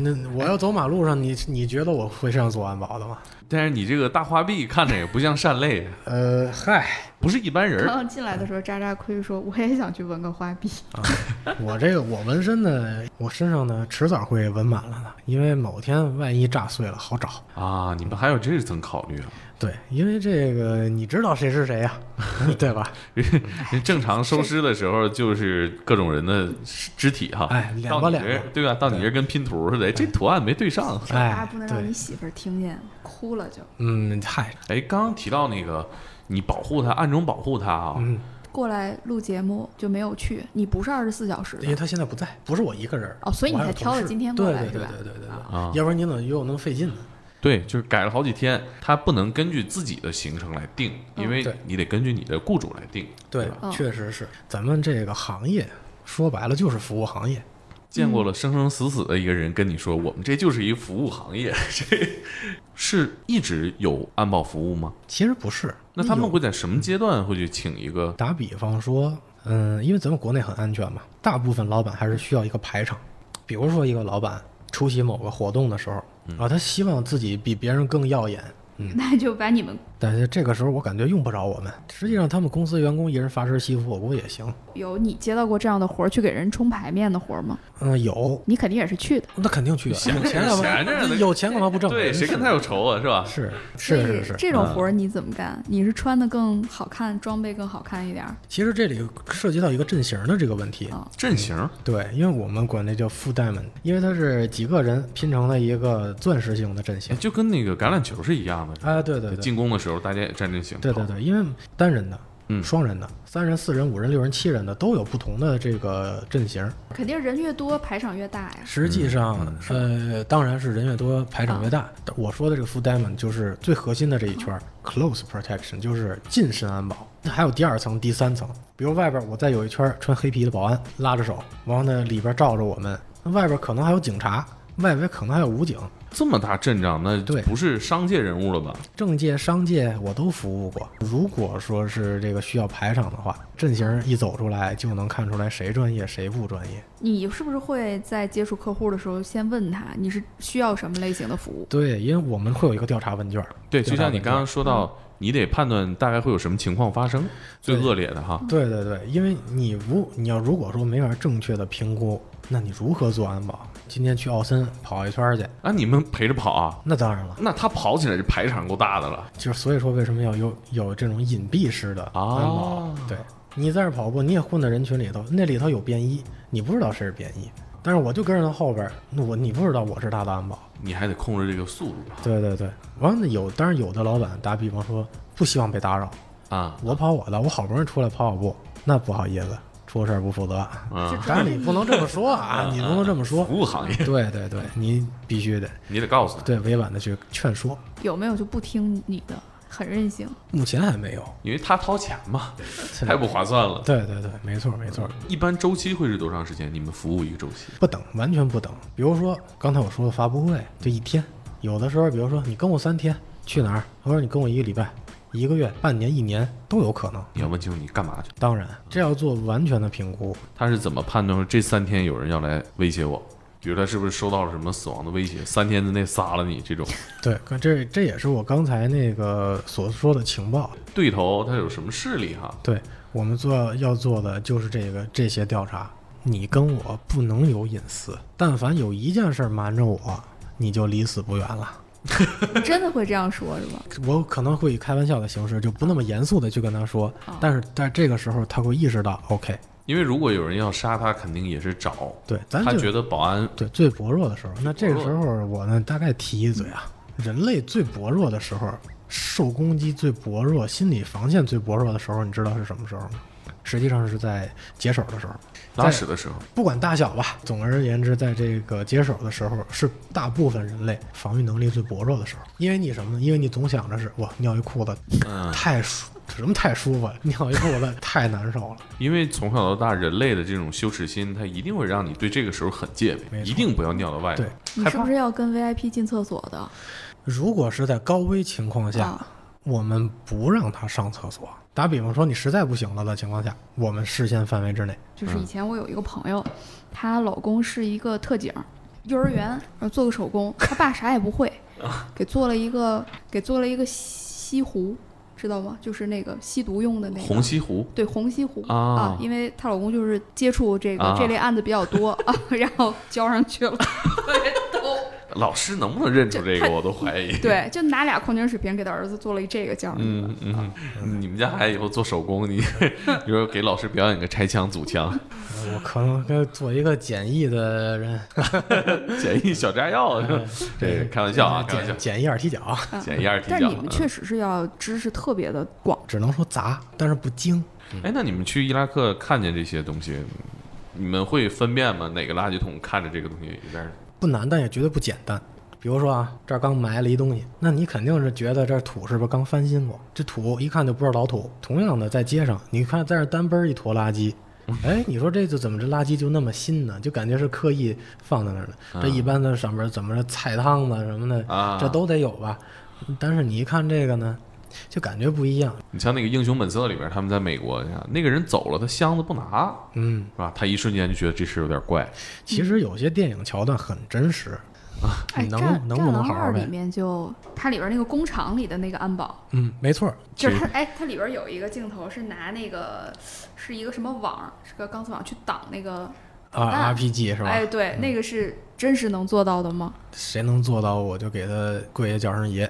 Speaker 2: 那那我要走马路上，你你觉得我会上做安保的吗？
Speaker 4: 但是你这个大花臂看着也不像善类，啊
Speaker 2: 呃，嗨，
Speaker 4: 不是一般人
Speaker 3: 刚
Speaker 6: [laughs]
Speaker 4: 儿。
Speaker 3: 刚进来的时候，渣渣亏说我也想去纹个花臂，
Speaker 2: 我这个我纹身呢，我身上呢迟早会纹满了的，因为某天万一炸碎了好找。
Speaker 4: 啊，你们还有这层考虑啊？
Speaker 2: 对，因为这个你知道谁是谁呀、 [laughs] 对
Speaker 6: [laughs]
Speaker 2: 吧？
Speaker 4: 人正常收尸的时候就是各种人的肢体哈，
Speaker 2: 哎两
Speaker 4: 到
Speaker 2: 拨
Speaker 4: 你
Speaker 2: 两
Speaker 4: 这儿对吧？到你这儿跟拼图似的，哎这图案没对上。
Speaker 2: 哎
Speaker 6: 啊，不能，让
Speaker 2: 对
Speaker 6: 你，媳妇儿听见，哭了就
Speaker 2: 嗯，嗨，
Speaker 4: 哎，刚刚提到那个，你保护他，暗中保护他啊，
Speaker 2: 嗯，
Speaker 6: 过来录节目就没有去。你不是二十四小时
Speaker 2: 因为
Speaker 6: 的，
Speaker 2: 他现在不在，不是我一个人儿
Speaker 6: 哦所以你
Speaker 2: 我还有
Speaker 6: 才挑了
Speaker 2: 同事
Speaker 6: 今天过来
Speaker 2: 对对
Speaker 6: 是吧
Speaker 2: 对对对对对，
Speaker 4: 啊
Speaker 2: 要不然你怎么约我那么费劲呢？
Speaker 4: 对，就是改了好几天，他不能根据自己的行程来定，因为
Speaker 2: 嗯对
Speaker 4: 你得根据你的雇主来定。
Speaker 2: 对，
Speaker 6: 嗯
Speaker 2: 确实是，咱们这个行业说白了就是服务行业，
Speaker 4: 见
Speaker 2: 嗯
Speaker 4: 过了生生死死的一个人跟你说，我们这就是一服务行业， [laughs] 这是一直有安保服务吗？
Speaker 2: 其实不是。
Speaker 4: 那他们
Speaker 2: 有
Speaker 4: 会在什么阶段会去请一个
Speaker 2: 打比方说，嗯，因为咱们国内很安全嘛，大部分老板还是需要一个排场。比如说，一个老板出席某个活动的时候，啊，他希望自己比别人更耀眼，
Speaker 6: 那就把你们
Speaker 2: 但是这个时候我感觉用不着我们。实际上，他们公司员工一人发身西服，我估计也行。
Speaker 6: 有你接到过这样的活儿去给人充牌面的活儿吗？
Speaker 2: 嗯，有，
Speaker 6: 你肯定也是去的，
Speaker 2: 那肯定去啊，有钱干
Speaker 4: 闲着呢
Speaker 2: 嘛？有钱干嘛不挣？
Speaker 4: 对，谁跟他有仇啊，是吧？
Speaker 2: 是
Speaker 6: 所
Speaker 2: 是
Speaker 6: 以
Speaker 2: 是是。
Speaker 6: 这种活儿你怎么干？你是穿的更好看，装备更好看一点儿，
Speaker 2: 其实这里涉及到一个阵型的这个问题。
Speaker 6: 啊
Speaker 4: 阵型
Speaker 2: 对，因为我们管那叫副带门，因为它是几个人拼成了一个钻石型的阵型
Speaker 4: 哎，。就跟那个橄榄球是一样的。是吧
Speaker 2: 啊，对对对，
Speaker 4: 进攻的时候，大家也站阵型。
Speaker 2: 对对，对，因为单人的、
Speaker 4: 嗯
Speaker 2: 双人的、三人、四人、五人、六人、七人的都有不同的这个阵型。
Speaker 6: 肯定人越多排场越大呀。
Speaker 2: 实
Speaker 4: 嗯
Speaker 2: 际上，呃，当然是人越多排场越大。但我说的这个 full diamond 就是最核心的这一圈、c l o s e protection 就是近身安保，还有第二层、第三层。比如外边我再有一圈穿黑皮的保安拉着手，然后呢里边罩着我们，外边可能还有警察，外围可能还有武警，
Speaker 4: 这么大阵仗，那
Speaker 2: 对
Speaker 4: 不是商界人物了吧？
Speaker 2: 政界、商界我都服务过。如果说是这个需要排场的话，阵型一走出来就能看出来谁专业谁不专业。
Speaker 6: 你是不是会在接触客户的时候先问他你是需要什么类型的服务？
Speaker 2: 对，因为我们会有一个调查问卷儿。
Speaker 4: 对，就
Speaker 2: 调查
Speaker 4: 像你
Speaker 2: 问卷
Speaker 4: 刚
Speaker 2: 儿
Speaker 4: 刚说到，你得判断大概会有什么情况发生，最
Speaker 2: 对
Speaker 4: 恶劣的哈。
Speaker 2: 对对对，因为你如你要如果说没法正确的评估，那你如何做安保？今天去奥森跑一圈儿去，
Speaker 4: 啊，你们陪着跑啊？
Speaker 2: 那当然了，
Speaker 4: 那他跑起来这排场够大的了。
Speaker 2: 就是所以说为什么要有有这种隐蔽式的安保？
Speaker 4: 哦
Speaker 2: 对，你在这儿跑步，你也混在人群里头，那里头有便衣，你不知道谁是便衣，但是我就跟着他后边儿，那我你不知道我是他的安保。
Speaker 4: 你还得控制这个速度
Speaker 2: 对对对，完了有，当然有的老板打比方说不希望被打扰，
Speaker 4: 啊
Speaker 2: 我跑我的，我好不容易出来跑跑步，那不好意思，出事儿不负责。
Speaker 4: 啊！
Speaker 2: 当然你不能这么说
Speaker 4: [laughs]
Speaker 2: 啊，你不能这么说。
Speaker 4: 服务行业，
Speaker 2: 对对对，你必须得
Speaker 4: 你得告诉他，
Speaker 2: 对委婉的去劝说。
Speaker 6: [laughs] 有没有就不听你的，很任性？
Speaker 2: 目前还没有，
Speaker 4: 因为他掏钱嘛，太不划算了。
Speaker 2: 对对对，没错没错，
Speaker 4: 一般周期会是多长时间？你们服务一个周期？
Speaker 2: 不等，完全不等。比如说刚才我说的发布会，就一天，有的时候，比如说你跟我三天，去哪儿？或者你跟我一个礼拜、一个月、半年、一年都有可能。
Speaker 4: 你要问清楚你干嘛去。
Speaker 2: 当然，这要做完全的评估，
Speaker 4: 他是怎么判断说这三天有人要来威胁我？比如他是不是收到了什么死亡的威胁？三天之内杀了你这种
Speaker 2: 对，可这这也是我刚才那个所说的情报。
Speaker 4: 对头，他有什么势力哈？
Speaker 2: 对我们做要做的就是这个这些调查。你跟我不能有隐私，但凡有一件事儿瞒着我，你就离死不远了。
Speaker 6: 真的会这样说，是吧？
Speaker 2: 我可能会以开玩笑的形式，就不那么严肃的去跟他说
Speaker 6: 哦，
Speaker 2: 但是在这个时候他会意识到，OK，
Speaker 4: 因为如果有人要杀他，肯定也是找
Speaker 2: 对，咱
Speaker 4: 他
Speaker 2: 就
Speaker 4: 觉得保安
Speaker 2: 对最薄弱的时候，那这个时候我呢大概提一嘴啊，人类最薄弱的时候，受攻击最薄弱，心理防线最薄弱的时候，你知道是什么时候吗？实际上是在解手的时候，
Speaker 4: 拉屎的时候，
Speaker 2: 不管大小吧。总而言之，在这个解手的时候，是大部分人类防御能力最薄弱的时候。因为你什么呢？因为你总想着是哇尿一裤子
Speaker 4: 嗯，
Speaker 2: 太舒，什么太舒服了，尿一裤子太难受了。
Speaker 4: 因为从小到大人类的这种羞耻心，它一定会让你对这个时候很戒备，
Speaker 2: 没错
Speaker 4: 一定不要尿到外头
Speaker 2: 对，
Speaker 6: 你
Speaker 4: 害
Speaker 6: 是不
Speaker 4: 怕。
Speaker 6: 是要跟 VIP 进厕所的？
Speaker 2: 如果是在高危情况下，
Speaker 6: 啊，
Speaker 2: 我们不让他上厕所。打比方说，你实在不行了的情况下，我们视线范围之内，
Speaker 6: 就是以前我有一个朋友，她老公是一个特警，幼儿园然后做个手工，她爸啥也
Speaker 2: [laughs]
Speaker 6: 不会，
Speaker 2: 啊
Speaker 6: 给做了一个给做了一个西湖，知道吗？就是那个吸毒用的那个
Speaker 4: 红西湖
Speaker 6: 对红西湖、
Speaker 4: 啊
Speaker 6: 啊，因为她老公就是接触这个、
Speaker 4: 啊
Speaker 6: 这类案子比较多啊， [laughs] 然后交上去了，
Speaker 4: 老师能不能认出这个，我都怀
Speaker 2: [laughs]
Speaker 4: 疑。
Speaker 6: 对，就拿俩矿泉水瓶给他儿子做了一这个交上去了。
Speaker 4: 嗯嗯，嗯你们家孩子以后做手工，你 [laughs] 你说给老师表演个拆枪组 [laughs] 枪，
Speaker 2: 呃我可能该做一个简易的人，
Speaker 4: 简易小炸
Speaker 2: 嗯
Speaker 4: 药， [laughs] 这个开玩笑啊，开玩笑
Speaker 2: 呃简，简易二踢脚，啊
Speaker 4: 简易二踢
Speaker 6: 但是
Speaker 4: 脚
Speaker 6: 你。们
Speaker 4: 嗯
Speaker 6: 确实是要知识特别的广，
Speaker 2: 只能说砸，但是不精。
Speaker 4: 哎，那你们去伊拉克看见这些东西，你们会分辨吗？哪个垃圾桶看着这个东西里边儿？
Speaker 2: 不难，但也绝对不简单。比如说啊，这儿刚埋了一东西，那你肯定是觉得这儿土是不是刚翻新过？这土一看就不是老土。同样的，在街上，你看在这儿单奔儿一坨垃圾，哎，你说这就怎么这垃圾就那么新呢？就感觉是刻意放在那儿的。这一般的上面怎么着菜汤子什么的，
Speaker 4: 啊
Speaker 2: 这都得有吧？但是你一看这个呢，就感觉不一样。
Speaker 4: 你像那个《英雄本色》里边，他们在美国，你看那个人走了，他箱子不拿，
Speaker 2: 嗯，
Speaker 4: 是吧？他一瞬间就觉得这事有点怪。
Speaker 2: 其实有些电影桥段很真实，
Speaker 6: 哎，
Speaker 2: 能
Speaker 6: 战
Speaker 2: 能
Speaker 6: 战
Speaker 2: 不能
Speaker 6: 狼
Speaker 2: 好好
Speaker 6: 二》里
Speaker 2: 呗？
Speaker 6: 面就它里边那个工厂里的那个安保，
Speaker 2: 嗯，没错儿，
Speaker 6: 就是它，哎，它里边有一个镜头是拿那个是一个什么网，是个钢丝网去挡那个，
Speaker 2: 啊
Speaker 6: 蛋
Speaker 2: ，RPG 是吧？
Speaker 6: 哎，对，那个是真实能做到的吗？
Speaker 2: 谁能做到，我就给他跪下叫声爷。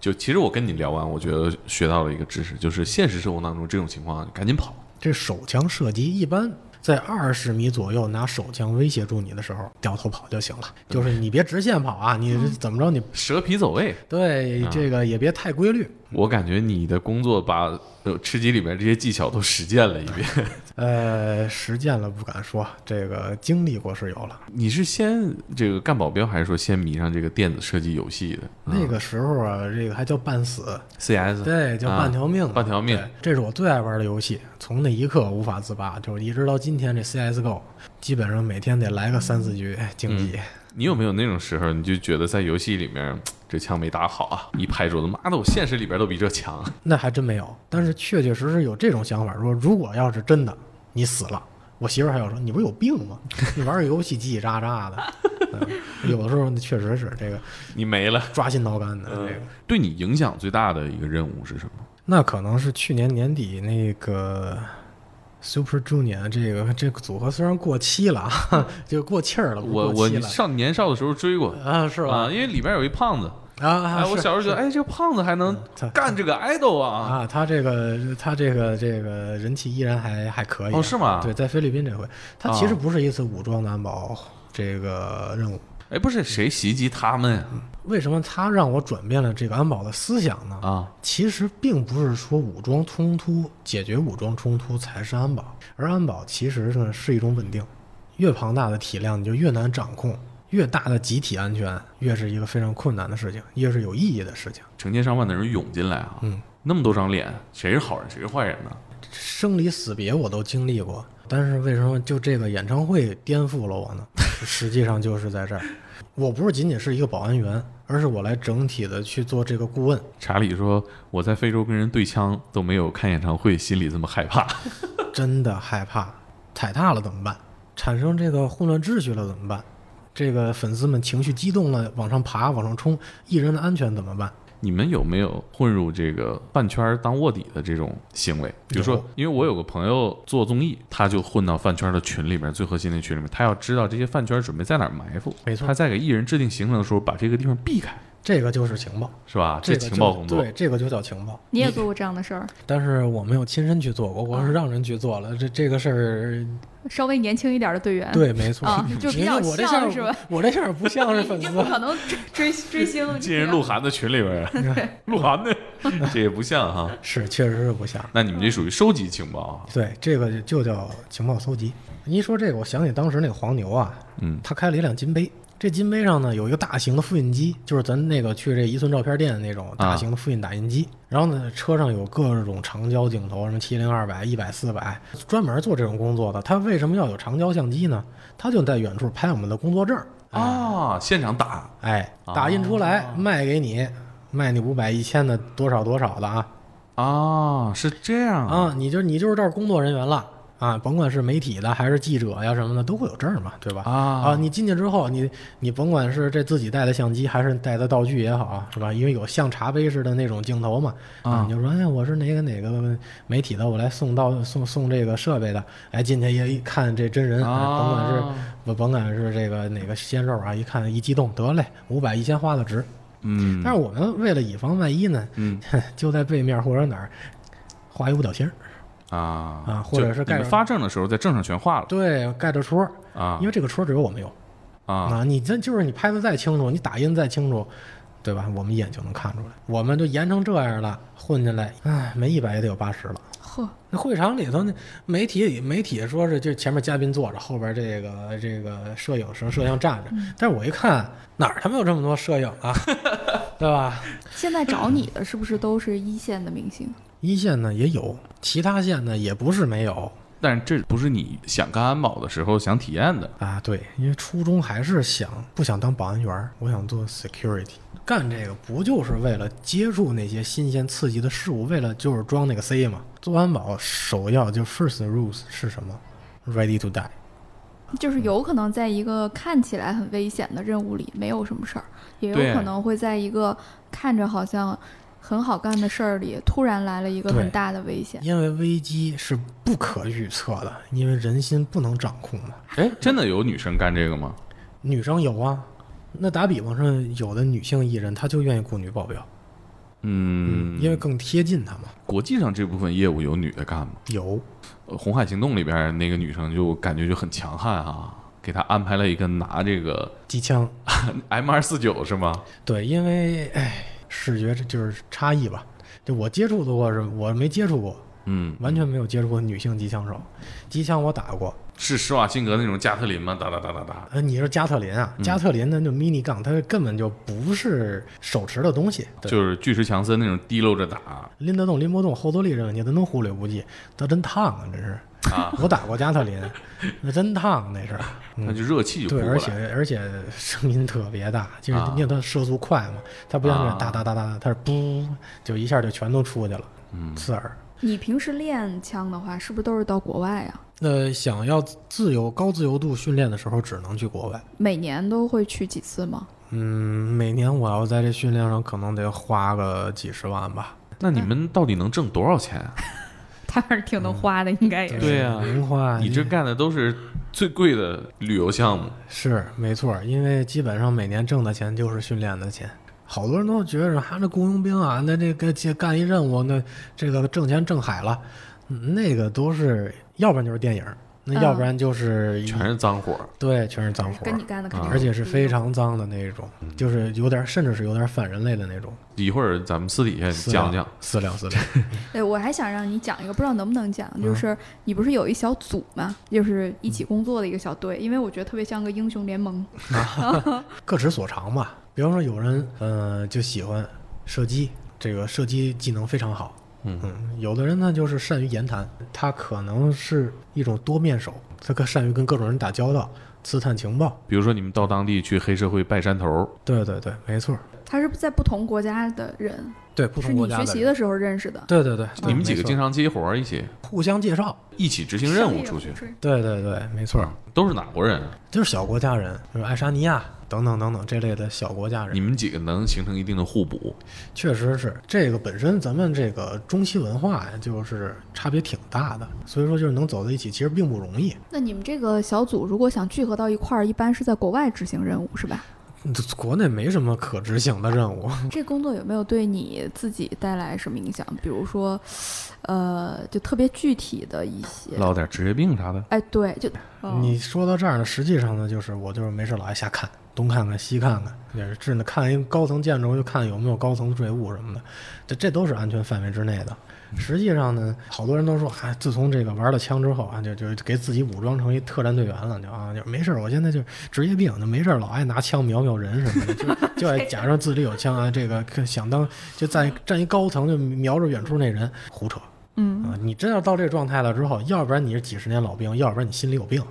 Speaker 4: 就其实我跟你聊完，我觉得学到了一个知识，就是现实生活当中这种情况，赶紧跑。
Speaker 2: 这手枪射击一般在二十米左右，拿手枪威胁住你的时候，掉头跑就行了。就是你别直线跑啊，你怎么着你
Speaker 4: 蛇皮走位，
Speaker 2: 对
Speaker 4: 啊
Speaker 2: 这个也别太规律。
Speaker 4: 我感觉你的工作把呃吃鸡里面这些技巧都实践了一遍。 [laughs]
Speaker 2: 呃，实践了不敢说，这个经历过是有了。
Speaker 4: 你是先这个干保镖，还是说先迷上这个电子射击游戏的？
Speaker 2: 那个时候啊，这个还叫半死，
Speaker 4: CS
Speaker 2: 对，叫
Speaker 4: 啊
Speaker 2: 半条命嘛、
Speaker 4: 半条命
Speaker 2: 对。这是我最爱玩的游戏，从那一刻无法自拔，就是一直到今天这 CSGO，基本上每天得来个三四局哎竞技。
Speaker 4: 你有没有那种时候，你就觉得在游戏里面这枪没打好啊？一拍桌子，妈的，我现实里边都比这强。啊
Speaker 2: 那还真没有，但是确确实实有这种想法，说如果要是真的你死了，我媳妇儿还要说你不是有病吗？你玩个游戏叽叽喳喳的，嗯、有的时候那确实是这个
Speaker 4: 你没了。
Speaker 2: 抓心挠肝
Speaker 4: 嗯
Speaker 2: 的这个。
Speaker 4: 对你影响最大的一个任务是什么？
Speaker 2: 那可能是去年年底那个 Super Junior 这个这个组合虽然过期了，啊， [laughs] 就过气儿了，不
Speaker 4: 我
Speaker 2: 过
Speaker 4: 我
Speaker 2: 期了
Speaker 4: 上年少的时候追过
Speaker 2: 啊，是
Speaker 4: 啊，
Speaker 2: 吧？
Speaker 4: 因为里边有一胖子。
Speaker 2: 啊啊
Speaker 4: 哎，，我
Speaker 2: 是嗯
Speaker 4: 小时候觉得，哎，这个胖子还能
Speaker 2: 他
Speaker 4: 干这个 idol 啊？
Speaker 2: 啊，他这个他这个这个人气依然还还可以啊、
Speaker 4: 哦，是吗？
Speaker 2: 对，在菲律宾这回，它其
Speaker 4: 啊
Speaker 2: 实不是一次武装的安保这个任务。
Speaker 4: 哎，不是谁袭击他们呀？
Speaker 2: 为什么它让我转变了这个安保的思想呢？
Speaker 4: 啊，
Speaker 2: 其实并不是说武装冲突解决武装冲突才是安保，而安保其实呢是一种稳定。越庞大的体量，你就越难掌控；越大的集体安全，越是一个非常困难的事情，越是有意义的事情。
Speaker 4: 成千上万的人涌进来啊，
Speaker 2: 嗯
Speaker 4: 那么多张脸，谁是好人，谁是坏人呢？
Speaker 2: 生离死别我都经历过，但是为什么就这个演唱会颠覆了我呢？ [laughs] 实际上就是在这儿，我不是仅仅是一个保安员，而是我来整体的去做这个顾问。
Speaker 4: 查理说：“我在非洲跟人对枪都没有看演唱会心里这么害怕。
Speaker 2: 真的害怕，踩踏了怎么办？产生这个混乱秩序了怎么办？这个粉丝们情绪激动了，往上爬，往上冲，艺人的安全怎么办？
Speaker 4: 你们有没有混入这个饭圈儿当卧底的这种行为？比如说
Speaker 2: 有，
Speaker 4: 因为我有个朋友做综艺，他就混到饭圈的群里面，最核心的群里面，他要知道这些饭圈准备在哪儿埋伏。
Speaker 2: 没错
Speaker 4: 他在给艺人制定行程的时候，把这个地方避开，
Speaker 2: 这个就是情报，
Speaker 4: 是吧？
Speaker 2: 这
Speaker 4: 这
Speaker 2: 个就
Speaker 4: 情报工作
Speaker 2: 对，，这个就叫情报。
Speaker 6: 你也做过这样的事儿，
Speaker 2: 但是我没有亲身去做过，我是让人去做了。这这个事儿，
Speaker 6: 稍微年轻一点的队员，
Speaker 2: 对，没错， [laughs]
Speaker 6: 啊，就比
Speaker 2: 因
Speaker 6: 较
Speaker 2: 为我这事
Speaker 6: 像是
Speaker 2: 儿
Speaker 6: 吧？，
Speaker 2: 我这事儿不像是粉
Speaker 6: 你
Speaker 2: 丝
Speaker 6: [laughs] 这，不可能
Speaker 2: [laughs]
Speaker 6: 追追追
Speaker 4: [laughs]
Speaker 6: 星，
Speaker 4: 进人鹿晗的群里边，鹿晗的这也不像哈。
Speaker 2: 是确实是不像。
Speaker 4: 那你们这属于收集情报啊？
Speaker 2: 对，这个就叫情报搜集。你一说这个，我想起当时那个黄牛啊，
Speaker 4: 嗯，
Speaker 2: 他开了一辆金杯，这金杯上呢有一个大型的复印机，就是咱那个去这一寸照片店的那种大型的复印打印机。然后呢，车上有各种长焦镜头，什么七零、二百、一百、四百，专门做这种工作的。他为什么要有长焦相机呢？他就在远处拍我们的工作证儿，
Speaker 4: 啊，现场打
Speaker 2: 哎，打印出来、卖给你，卖你五百、一千的多少多少的啊。
Speaker 4: 啊，是这样
Speaker 2: 啊，你就你就是这儿工作人员了啊，甭管是媒体的还是记者呀什么的，都会有证儿嘛，对吧？
Speaker 4: 啊
Speaker 2: 啊，你进去之后，你你甭管是这自己带的相机还是带的道具也好啊，是吧？因为有像茶杯似的那种镜头嘛，
Speaker 4: 啊
Speaker 2: 你就说哎呀，我是哪个哪个媒体的，我来送到送送这个设备的，哎，进去也一看这真人，哎
Speaker 4: 啊
Speaker 2: 甭管是甭甭管是这个哪个鲜肉啊，一看一激动，得嘞，五百一千花的值。
Speaker 4: 嗯，
Speaker 2: 但是我们为了以防万一呢，
Speaker 4: 嗯
Speaker 2: [laughs] 就在背面或者哪儿画一五角星儿。
Speaker 4: 啊
Speaker 2: 啊或者是
Speaker 4: 就
Speaker 2: 盖
Speaker 4: 你们
Speaker 2: 上
Speaker 4: 发证的时候在证上全画了
Speaker 2: 对，盖着戳儿，
Speaker 4: 啊
Speaker 2: 因为这个戳儿只有我们有
Speaker 4: 啊
Speaker 2: 啊。你这就是你拍的再清楚，你打印再清楚，对吧？我们一眼就能看出来。我们都严成这样了，混进来，唉，没一百也得有八十了。
Speaker 6: 呵，
Speaker 2: 那会场里头呢，媒体里媒体说是就前面嘉宾坐着，后边这个这个摄影师摄像站着，但是我一看哪儿他妈有这么多摄影啊， [laughs] 对吧？
Speaker 6: 现在找你的是不是都是一线的明星？
Speaker 2: 一线呢也有，其他线呢也不是没有
Speaker 4: 但是这不是你想干安保的时候想体验的
Speaker 2: 啊。对，因为初衷还是想不想当保安员儿，我想做 security。干这个不就是为了接触那些新鲜刺激的事物，为了就是装那个 C 嘛？做安保首要就 first rules 是什么？Ready to die。
Speaker 6: 就是有可能在一个看起来很危险的任务里没有什么事儿，也
Speaker 4: 对
Speaker 6: 有可能会在一个看着好像很好干的事儿里突然来了一个
Speaker 2: 对
Speaker 6: 很大的危险。
Speaker 2: 因为危机是不可预测的，因为人心不能掌控嘛。
Speaker 4: 哎，真的有女生干这个吗？
Speaker 2: 女生有啊，那打比方说，有的女性艺人她就愿意雇女保镖，
Speaker 4: 嗯，
Speaker 2: 因为更贴近她嘛。
Speaker 4: 国际上这部分业务有女的干吗？
Speaker 2: 有，
Speaker 4: 呃红海行动》里边那个女生就感觉就很强悍啊，给她安排了一个拿这个
Speaker 2: 机枪，
Speaker 4: M 二四九是吗？
Speaker 2: 对，因为哎，视觉这就是差异吧。就我接触的过是，我没接触过，
Speaker 4: 嗯，
Speaker 2: 完全没有接触过女性机枪手。机枪我打过，
Speaker 4: 是施瓦辛格那种加特林吗？哒哒哒哒哒。
Speaker 2: 呃，你说加特林啊，
Speaker 4: 嗯
Speaker 2: 加特林那就 mini 杠，它根本就不是手持的东西，对
Speaker 4: 就是巨石强森那种滴漏着打，
Speaker 2: 拎得动、拎不动，后坐力这问题咱都忽略不计，它真烫啊，真是。
Speaker 4: 啊
Speaker 2: [laughs] 我打过加特林，那真烫那是。
Speaker 4: 那就热气就
Speaker 2: 对，
Speaker 4: 扑过
Speaker 2: 而
Speaker 4: 来了。
Speaker 2: 且而且声音特别大，就是
Speaker 4: 啊
Speaker 2: 因为它射速快嘛，它不像
Speaker 4: 啊
Speaker 2: 是哒哒哒哒，它是噗，就一下就全都出去了，
Speaker 4: 嗯
Speaker 2: 刺耳。
Speaker 6: 你平时练枪的话，是不是都是到国外啊？
Speaker 2: 那想要自由高自由度训练的时候，只能去国外。
Speaker 6: 每年都会去几次吗？
Speaker 2: 嗯，每年我要在这训练上，可能得花个几十万吧。
Speaker 4: 那你们到底能挣多少钱啊？
Speaker 2: 哎
Speaker 6: 他还是挺能花的，应该也
Speaker 4: 对呀
Speaker 2: 零花
Speaker 4: 你这干的都是最贵的旅游项目，
Speaker 2: 是没错，因为基本上每年挣的钱就是训练的钱。好多人都觉着啊，那雇佣兵啊，那这个这干一任务，那这个挣钱挣海了，嗯那个都是，要不然就是电影儿，那要不然就是、
Speaker 4: 全是脏活儿。
Speaker 2: 对，全是脏活
Speaker 6: 嗯跟
Speaker 2: 儿
Speaker 6: 你，嗯干的肯定
Speaker 2: 嗯而且是非常脏的那种，就是有点，甚至是有点反人类的那种。
Speaker 4: 一会儿咱们私底下
Speaker 2: 私
Speaker 4: 讲
Speaker 2: 聊
Speaker 4: 讲，，
Speaker 2: 私聊私聊，
Speaker 6: 哎，我还想让你讲一个，不知道能不能讲，
Speaker 2: 嗯
Speaker 6: 就是你不是有一小组吗？就是一起工作的一个小队，因为我觉得特别像个英雄联盟。
Speaker 2: 各持所长吧。比方说有人，呃，就喜欢射击，这个射击技能非常好。
Speaker 4: 嗯
Speaker 2: 有的人呢就是善于言谈，他可能是一种多面手，他可善于跟各种人打交道，刺探情报。
Speaker 4: 比如说你们到当地去黑社会拜山头，
Speaker 2: 对对对，没错，
Speaker 6: 他是在不同国家的人，
Speaker 2: 对不
Speaker 6: 是
Speaker 2: 同国
Speaker 6: 你
Speaker 2: 家
Speaker 6: 学习
Speaker 2: 人
Speaker 6: 的时嗯候认识的，
Speaker 2: 对对对，
Speaker 4: 你们几个
Speaker 2: 没错
Speaker 4: 经常接活儿一起
Speaker 2: 互相介绍。
Speaker 4: 一起执行
Speaker 2: 啊
Speaker 4: 任务出去，
Speaker 2: 对对对，没错，
Speaker 4: 嗯都是哪国人啊？
Speaker 2: 就是小国家人，比如爱沙尼亚、等等等等这类的小国家人
Speaker 4: 你，们几个能形成一定的互补，
Speaker 2: 确实是这个本身咱们这个中西文化呀，就是差别挺大的，所以说就是能走在一起，其实并不容易。
Speaker 6: 那你们这个小组如果想聚合到一块儿，一般是在国外执行任务是
Speaker 2: [laughs]
Speaker 6: 吧？
Speaker 2: [laughs] 国内没什么可执行的任务，
Speaker 6: 这工作有没有对你自己带来什么影响？比如说，呃，就特别具体的一些，
Speaker 4: 落点职业病啥的。
Speaker 6: 哎，对，就、哦
Speaker 2: 你说到这儿呢，实际上呢，就是我就是没事老爱瞎看，东看看西看看，也是治呢看一个高层建筑就看有没有高层坠物什么的，这这都是安全范围之内的。实际上呢，好多人都说啊，自从这个玩了枪之后啊，就就给自己武装成一特战队员了，就啊，就没事儿，我现在就职业病，就没事儿老爱拿枪瞄瞄人什么的，就就爱假装自己有枪啊，这个想当就在站一高层就瞄着远处那人胡扯。
Speaker 6: 嗯，
Speaker 2: 啊，你真要到这个状态了之后，要不然你是几十年老兵，要不然你心里有病。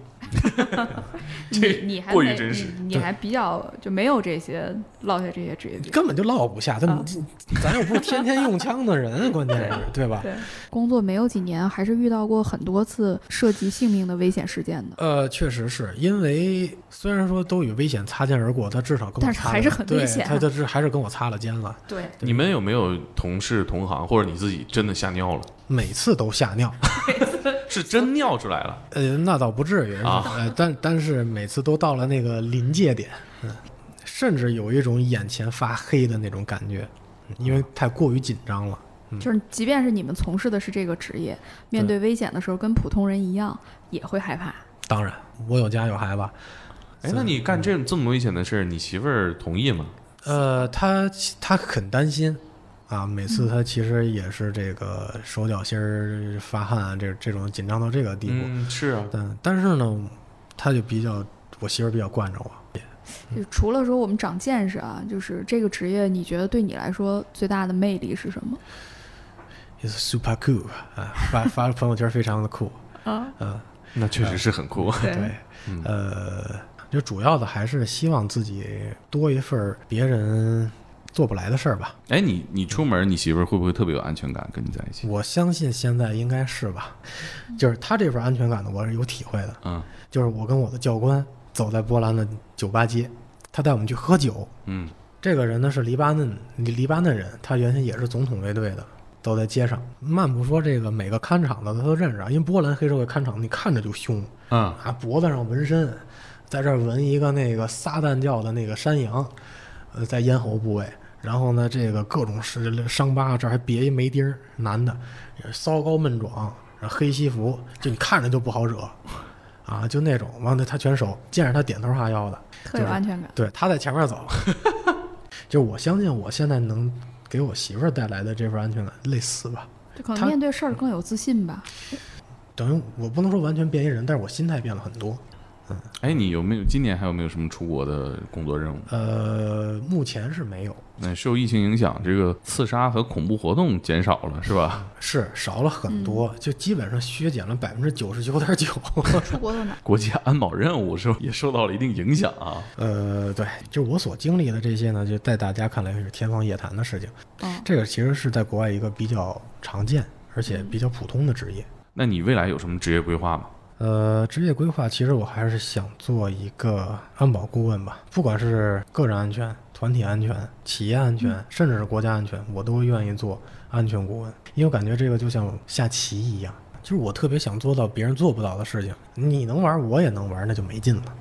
Speaker 4: 这
Speaker 6: 你你还
Speaker 4: 过于
Speaker 6: 没
Speaker 4: 真实
Speaker 6: 你你
Speaker 2: 对
Speaker 6: 还比较就没有这些落下这些职业病。
Speaker 2: 根本就落不下，他们、 [laughs] 咱又不是天天用枪的人，关键是对吧？
Speaker 6: 啊对，工作没有几年，还是遇到过很多次涉及性命的危险事件的。
Speaker 2: 呃，确实是因为虽然说都与危险擦肩而过，他至少跟我
Speaker 6: 但是
Speaker 2: 擦了，
Speaker 6: 还是很
Speaker 2: 对
Speaker 6: 危险啊
Speaker 2: 他他是还是跟我擦了肩了，
Speaker 6: 对，
Speaker 4: 你们有没有同事、同行或者你自己真的吓尿了？
Speaker 2: 每次都吓尿。 [laughs]
Speaker 4: 是真尿出来了？
Speaker 2: 呃，那倒不至于
Speaker 4: 啊
Speaker 2: 呃，但但是每次都到了那个临界点，嗯，甚至有一种眼前发黑的那种感觉，嗯因为太过于紧张了。
Speaker 6: 就是即便是你们从事的是这个职业，面嗯对危险的时候跟普通人一样也会害怕。
Speaker 2: 当然，我有家有孩子，
Speaker 4: 哎，那你干这种这么危险的事儿，你媳妇儿同意吗？
Speaker 2: 呃，他他很担心啊，每次他其实也是这个手脚心儿发汗啊，这这种紧张到这个地步。
Speaker 4: 嗯，是啊，
Speaker 2: 但但是呢，他就比较，我媳妇儿比较惯着我。
Speaker 6: 就除了说我们长见识啊，就是这个职业，你觉得对你来说最大的魅力是什么？
Speaker 2: It's super cool 啊，发发朋友圈非常的酷。
Speaker 6: 啊，
Speaker 2: 嗯，
Speaker 4: 那确实是很酷。
Speaker 2: 对，呃，就主要的还是希望自己多一份儿别人做不来的事儿吧。
Speaker 4: 哎，你你出门，你媳妇儿会不会特别有安全感跟你在一起？
Speaker 2: 我相信现在应该是吧，就是他这份安全感呢，我是有体会的。
Speaker 4: 嗯
Speaker 2: 就是我跟我的教官走在波兰的酒吧街，他带我们去喝酒。
Speaker 4: 嗯，
Speaker 2: 这个人呢是黎巴嫩黎黎巴嫩人，他原先也是总统卫队的，走在街上，慢不说，这个每个看场的他都认识啊，因为波兰黑社会看场你看着就凶
Speaker 4: 嗯，
Speaker 2: 啊，脖子上纹身，在这儿纹一个那个撒旦教的那个山羊，呃，在咽喉部位。然后呢，这个各种是伤疤，这儿还别一梅钉儿，男的，也是骚高闷壮，然后黑西服，就你看着就不好惹，啊，就那种，完了他全熟，见着他点头哈腰的，
Speaker 6: 特有安全感。
Speaker 2: 对，他在前面走。就是我相信我现在能给我媳妇儿带来的这份安全感，类似吧。
Speaker 6: 就可
Speaker 2: 他
Speaker 6: 能面对事儿更有自信吧。
Speaker 2: 等于我不能说完全变一人，但是我心态变了很多。
Speaker 4: 哎，你有没有今年还有没有什么出国的工作任务？
Speaker 2: 呃，目前是没有，
Speaker 4: 那受疫情影响，这个刺杀和恐怖活动减少了，是吧？
Speaker 2: 是少了很多，就基本上削减了百分之九十九点九。 [laughs]
Speaker 6: 出国到哪？
Speaker 4: 国家安保任务是吧，也受到了一定影响啊。
Speaker 2: 呃，对，就我所经历的这些呢，就在大家看来是天方夜谭的事情。
Speaker 6: 嗯，
Speaker 2: 这个其实是在国外一个比较常见而且比较普通的职业。
Speaker 4: 那你未来有什么职业规划吗？
Speaker 2: 呃，职业规划其实我还是想做一个安保顾问吧，不管是个人安全、团体安全、企业安全，甚至是国家安全，我都愿意做安全顾问，因为我感觉这个就像下棋一样，就是我特别想做到别人做不到的事情，你能玩儿我也能玩儿，那就没劲了。